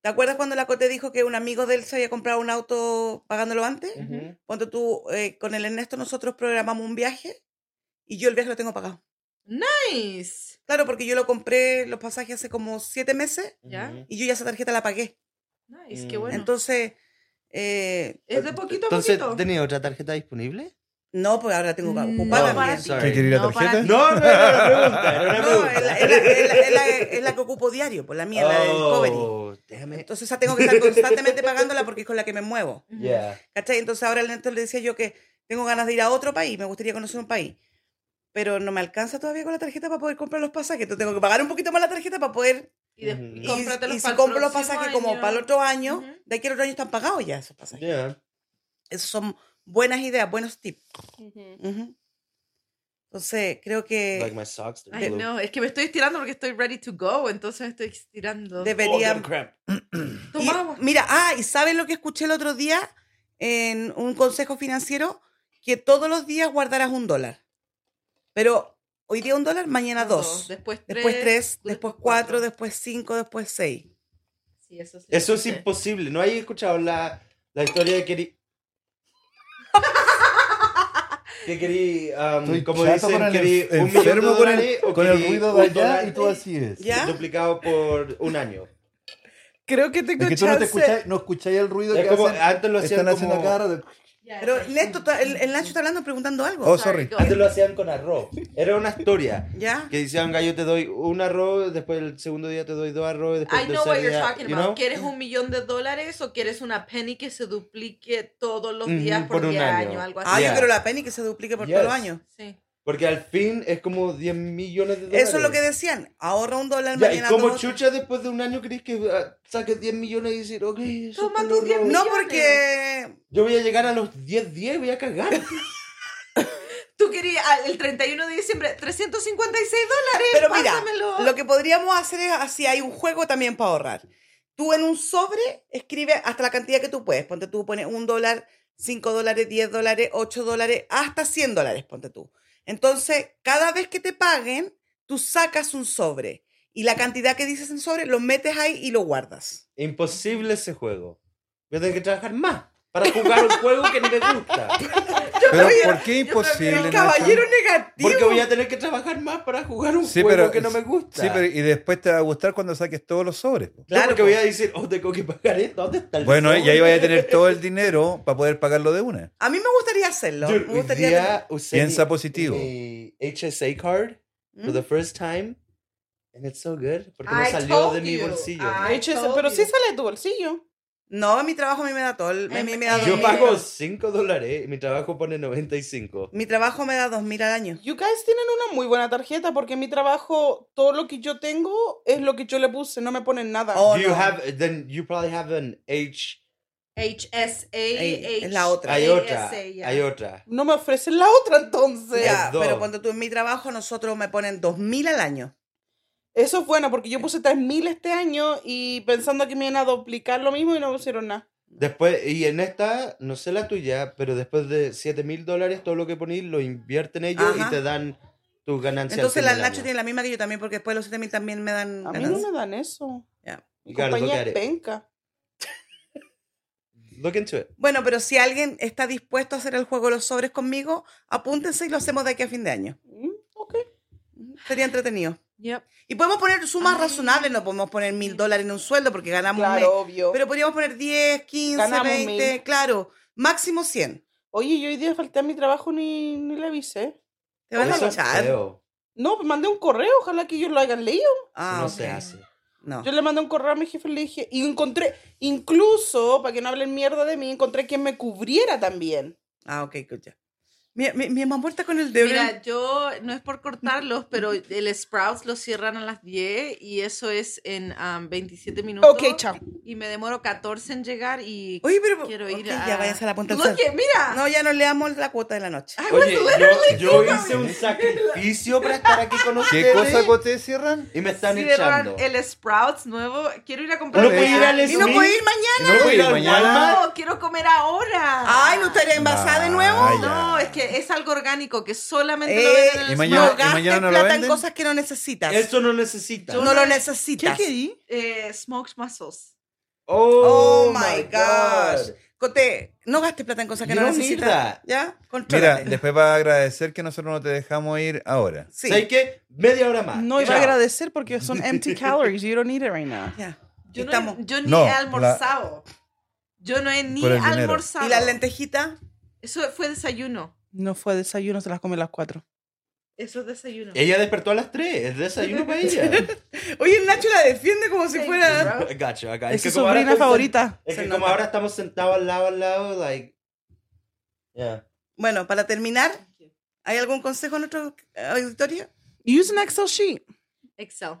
¿te acuerdas cuando la Cote dijo que un amigo de él se había comprado un auto pagándolo antes? Ujú. Cuando tú, eh, con el Ernesto nosotros programamos un viaje y yo el viaje lo tengo pagado. Nice. Claro, porque yo lo compré los pasajes hace como siete meses Ya. Ujú. y yo ya esa tarjeta la pagué. Nice, qué Mm. bueno. Entonces, eh, es de poquito a Entonces, poquito. Mm, ¿tenía otra tarjeta disponible? no, pues ahora tengo que No, ocuparla. para bien. ti. sorry. ¿Qué quiere ir a No, para tarjeta? ti. No, no era una pregunta, era una No, es la, es la- es la- es la- es la que ocupo diario, pues la mía, la de Discovery. Oh, damn it. Entonces esa tengo que estar constantemente pagándola porque es con la que me muevo. Ujú. Yeah. ¿Cachai? Entonces ahora al Néstor le decía yo que tengo ganas de ir a otro país, me gustaría conocer un país. Pero no me alcanza todavía con la tarjeta para poder comprar los pasajes. Entonces tengo que pagar un poquito más la tarjeta para poder Y, de- Ujú. Y, cómprate y los si pa'l compro los próximo pasajes como año. para el otro año, Ujú. de aquí al otro año están pagados ya esos pasajes. Yeah. Esas son buenas ideas, buenos tips. Ujú. Entonces, creo Like Eh, que my socks. they're Ay, blue. no, es que me estoy estirando porque estoy ready to go, entonces estoy estirando. Oh, damn deberían... crap. Y- Toma agua. mira, ah, ¿y saben lo que escuché el otro día en un consejo financiero? Que todos los días guardarás un dólar. Pero hoy día un dólar, mañana dos. Después tres. Después tres, después cuatro, después cinco, después seis. Sí, eso sí. Eso es sí. imposible. No hay escuchado la, la historia de que querí. que querí. um, Estoy como chato dicen, con el querí enf- un millón de enfermo con el, dólares o con el querí ruido un de allá dólar y tú así es. Ya. Duplicado por un año. Creo que tengo Es que tú no te chance. escucháis, no escucháis el ruido Es que como, hacen. antes lo hacían Están haciendo como. acá ahora de- Ya, Pero eso sí. Ernesto, está- el, el Nacho está hablando preguntando algo. Oh, sorry. go Antes ahead. lo hacían con arroz. Era una historia. ¿Ya? Que decían, gallo, te doy un arroz, después el segundo día te doy dos arroz, después I el know what tercer you're día, talking you about. know? ¿Quieres un millón de dólares o quieres una penny que se duplique todos los Ujú, días por, Mm-hmm, por un 10 año. años? Algo Ah, así. yo Yeah. quiero la penny que se duplique por todos los Yes. años. Sí. Porque al fin es como 10 millones de dólares. Eso es lo que decían. Ahorra un dólar Ya, ¿Y mañana. como dos. chucha después de un año crees que ah, saques 10 millones y decir, ok, eso Toma te tus lo 10 robo"? No, porque. Yo voy a llegar a los 10 días y voy a cagar. Tú querías ah, el 31 de diciembre 356 dólares. Pero mira, pásamelo. lo que podríamos hacer es así: hay un juego también para ahorrar. Tú en un sobre escribe hasta la cantidad que tú puedes. Ponte tú, pones un dólar, cinco dólares, diez dólares, ocho dólares, hasta cien dólares. Ponte tú. Entonces, cada vez que te paguen, tú sacas un sobre. Y la cantidad que dices en sobre lo metes ahí y lo guardas. Imposible ese juego. Voy a tener que trabajar más para jugar un juego que ni me gusta. Pero prefiero- ¿por yo qué prefiero imposible? un Nacho? Caballero negativo. Porque voy a tener que trabajar más para jugar un Sí, juego pero- que no me gusta. Sí, pero y después te va a gustar cuando saques todos los sobres. po. Claro, Claro, porque pues. voy a decir, oh, tengo que pagar esto. ¿Dónde está el Bueno, y ahí sobre? vaya a tener todo el dinero para poder pagarlo de una. A mí me gustaría hacerlo. Dude, me hoy gustaría día tener- usé Piensa mi- positivo. mi HSA card ¿Mm? for the first time. And it's so good. Porque no I salió told de mi you. Ah, bolsillo. I Ay, chese, told pero sí you. sale de tu bolsillo. No, mi trabajo a mí me da todo. el- a mí me da Em, Yo 2000. pago 5 dólares y mi trabajo pone 95. Mi trabajo me da 2.000 al año. You guys tienen una muy buena tarjeta porque en mi trabajo, todo lo que yo tengo es lo que yo le puse, no me ponen nada. Oh, Do you no. have, then you probably have an H. HSA. Ey, es la otra. E Hay otra. ya. Hay otra. No me ofrecen la otra entonces. Ya, Es dos. pero cuando tú en mi trabajo, nosotros me ponen 2.000 al año. Eso es bueno porque yo puse 3000 este año y pensando que me iban a duplicar lo mismo y no pusieron nada. Después, y en esta, no sé la tuya, pero después de 7 mil dólares, todo lo que ponís lo invierten ellos Ajá. y te dan tus ganancias. al Entonces fin la del Nacho año. tiene la misma que yo también, porque después los 7.000 también me dan A mí no ganancia. me dan eso. Ya. Mi Claro, compañía tocaré. es penca. Look into it. Bueno, pero si alguien está dispuesto a hacer el juego de los sobres conmigo, apúntense y lo hacemos de aquí a fin de año. Mm, Ok. Sería entretenido. Yep. Y podemos poner sumas razonables, no podemos poner mil dólares en un sueldo porque ganamos un mes. Ah. Claro, obvio. Pero podríamos poner 10, 15, Ganamos 20, mil. claro, máximo 100. Oye, yo hoy día falté a mi trabajo ni, ni le avisé. Te van a Eso es luchar. feo. No, mandé un correo, ojalá que ellos lo hayan leído. Ah, no ok. se hace. No. Yo le mandé un correo a mi jefe y le dije, y encontré, incluso, para que no hablen mierda de mí, encontré quien me cubriera también. Ah, ok, escucha. Mi, mi, mi mamá muerta con el dedo. en el- Mira, yo no es por cortarlos, pero el Sprouts lo cierran a las 10 y eso es en um, 27 minutos. Ok, chao. Y me demoro 14 en llegar y Oye, pero quiero ok, ir a... ya váyanse a la punta del Look sol. it, mira. No, ya no le damos la cuota de la noche. I was Oye, literally yo, yo thinking- hice un sacrificio para estar aquí con ustedes. ¿Qué cosa cote cierran? Y me están Cierran echando. el Sprouts nuevo. Quiero ir a comprar. No puedo ir al Y no puedo ir mañana. No voy a ir mañana. No, quiero comer ahora. Ay, no estaría envasada de nuevo. Vaya. No, es que es algo orgánico que solamente Eh, lo venden en el Y mañana- no Sprouts. y gastes mañana no lo plata en venden. cosas que no necesitas. Eso no necesita. no lo necesitas. Eh, smoked mussels. Oh, Oh my gosh. Cote, no gastes plata en cosas que You no don't need necesitas. that. ¿Ya? Mira, Contrólate. después va a agradecer que nosotros no te dejamos ir ahora. Sí. ¿Sabes qué? Media hora más. No iba Ah, Chao. a agradecer porque son empty calories. You don't need it right now. Ya. Yo, no, Estamos. he- yo ni No, he la- almorzado. Yo no he ni Por el dinero. almorzado. ¿Y las lentejitas? Eso fue desayuno. No fue desayuno, se las come a las cuatro. Eso es desayuno. Eh, Ella despertó a las 3. Es desayuno para ella. Oye, el Nacho la defiende como si Thank you, fuera. bro. Gacho, acá. Es su como ahora sobrina estoy sen- favorita. Es Se que como nota. ahora estamos sentados al lado, al lado, like. Yeah. Bueno, para terminar, ¿hay algún consejo a nuestro auditorio? Use an Excel sheet. Excel.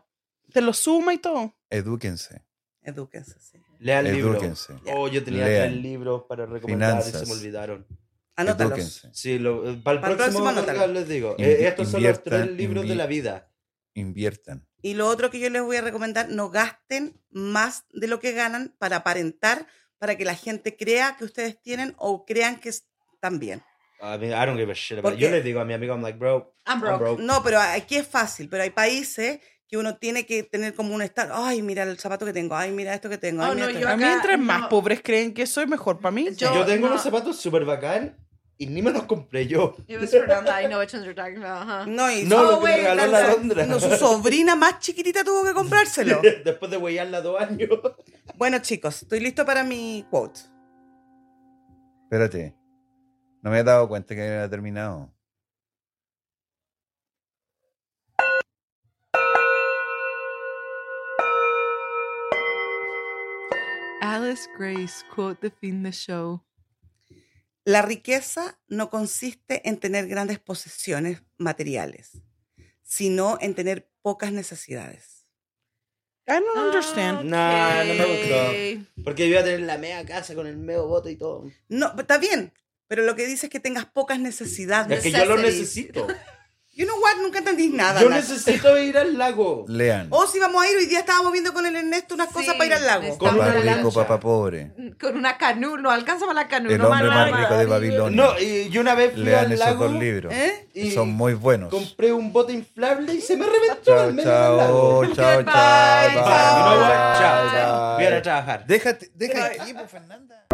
Te lo suma y todo. Edúquense. Edúquense. sí. Lea el libro. Edúquense. Oh, yo tenía Lean. tres libros para recomendar y se Finanzas. me olvidaron. Anótalos. Edúquense. Sí, lo- eh, para el Para el próximo, próximo anótalo. podcast les digo. Invi- Eh, estos son los inviertan, tres libros de invi- la vida. Inviertan. Y lo otro que yo les voy a recomendar, no gasten más de lo que ganan para aparentar, para que la gente crea que ustedes tienen o crean que están bien. I mean, I don't give a shit about ¿Por it. Yo qué? les digo a mi amigo, I'm like, bro, I'm broke. No, pero aquí es fácil, pero hay países que uno tiene que tener como un estado, ay, mira el zapato que tengo, ay, mira esto que tengo, ay, Oh, mira no, esto". Yo a mí, acá, entre más no. pobres creen que soy, mejor para mí. Yo- Yo tengo no. unos zapatos súper bacán y ni me los compré yo. It was Fernanda. I know which ones you're talking about, huh? No, y No, Oh, lo que me wait, regaló la that's- Londra. no, su sobrina más chiquitita tuvo que comprárselo. Después de huellarla dos años. Bueno, chicos, estoy listo para mi quote. Espérate. No me he dado cuenta que había terminado. Alice Grace, quote the fin the show. La riqueza no consiste en tener grandes posesiones materiales, sino en tener pocas necesidades. I don't understand. Nah, no me Porque yo iba a tener la mega casa con el meo bote y todo. No, pero está bien, pero lo que dice es que tengas pocas Es necesidades. que yo lo Necessities. necesito. You know what? Nunca entendís nada. yo Nacho. necesito ir al lago. Lean. O si vamos a ir, hoy día estábamos viendo con el Ernesto unas Sí, cosas para ir al lago. necesitamos- Con una Papá rico, lancha. papá pobre. Con una canú, no alcanza para la canú. El no hombre más más rico de Babilonia. No, y yo una vez fui Lean al esos lago, dos libros. ¿Eh? y- Son muy buenos. compré un bote inflable y se me reventó Chao, al medio del chao, lago. chao, chao. Goodbye, bye, chao. You know what? Chao, bye, chao. bye. Voy a ir a trabajar. Déjate, deja el equipo, Fernanda.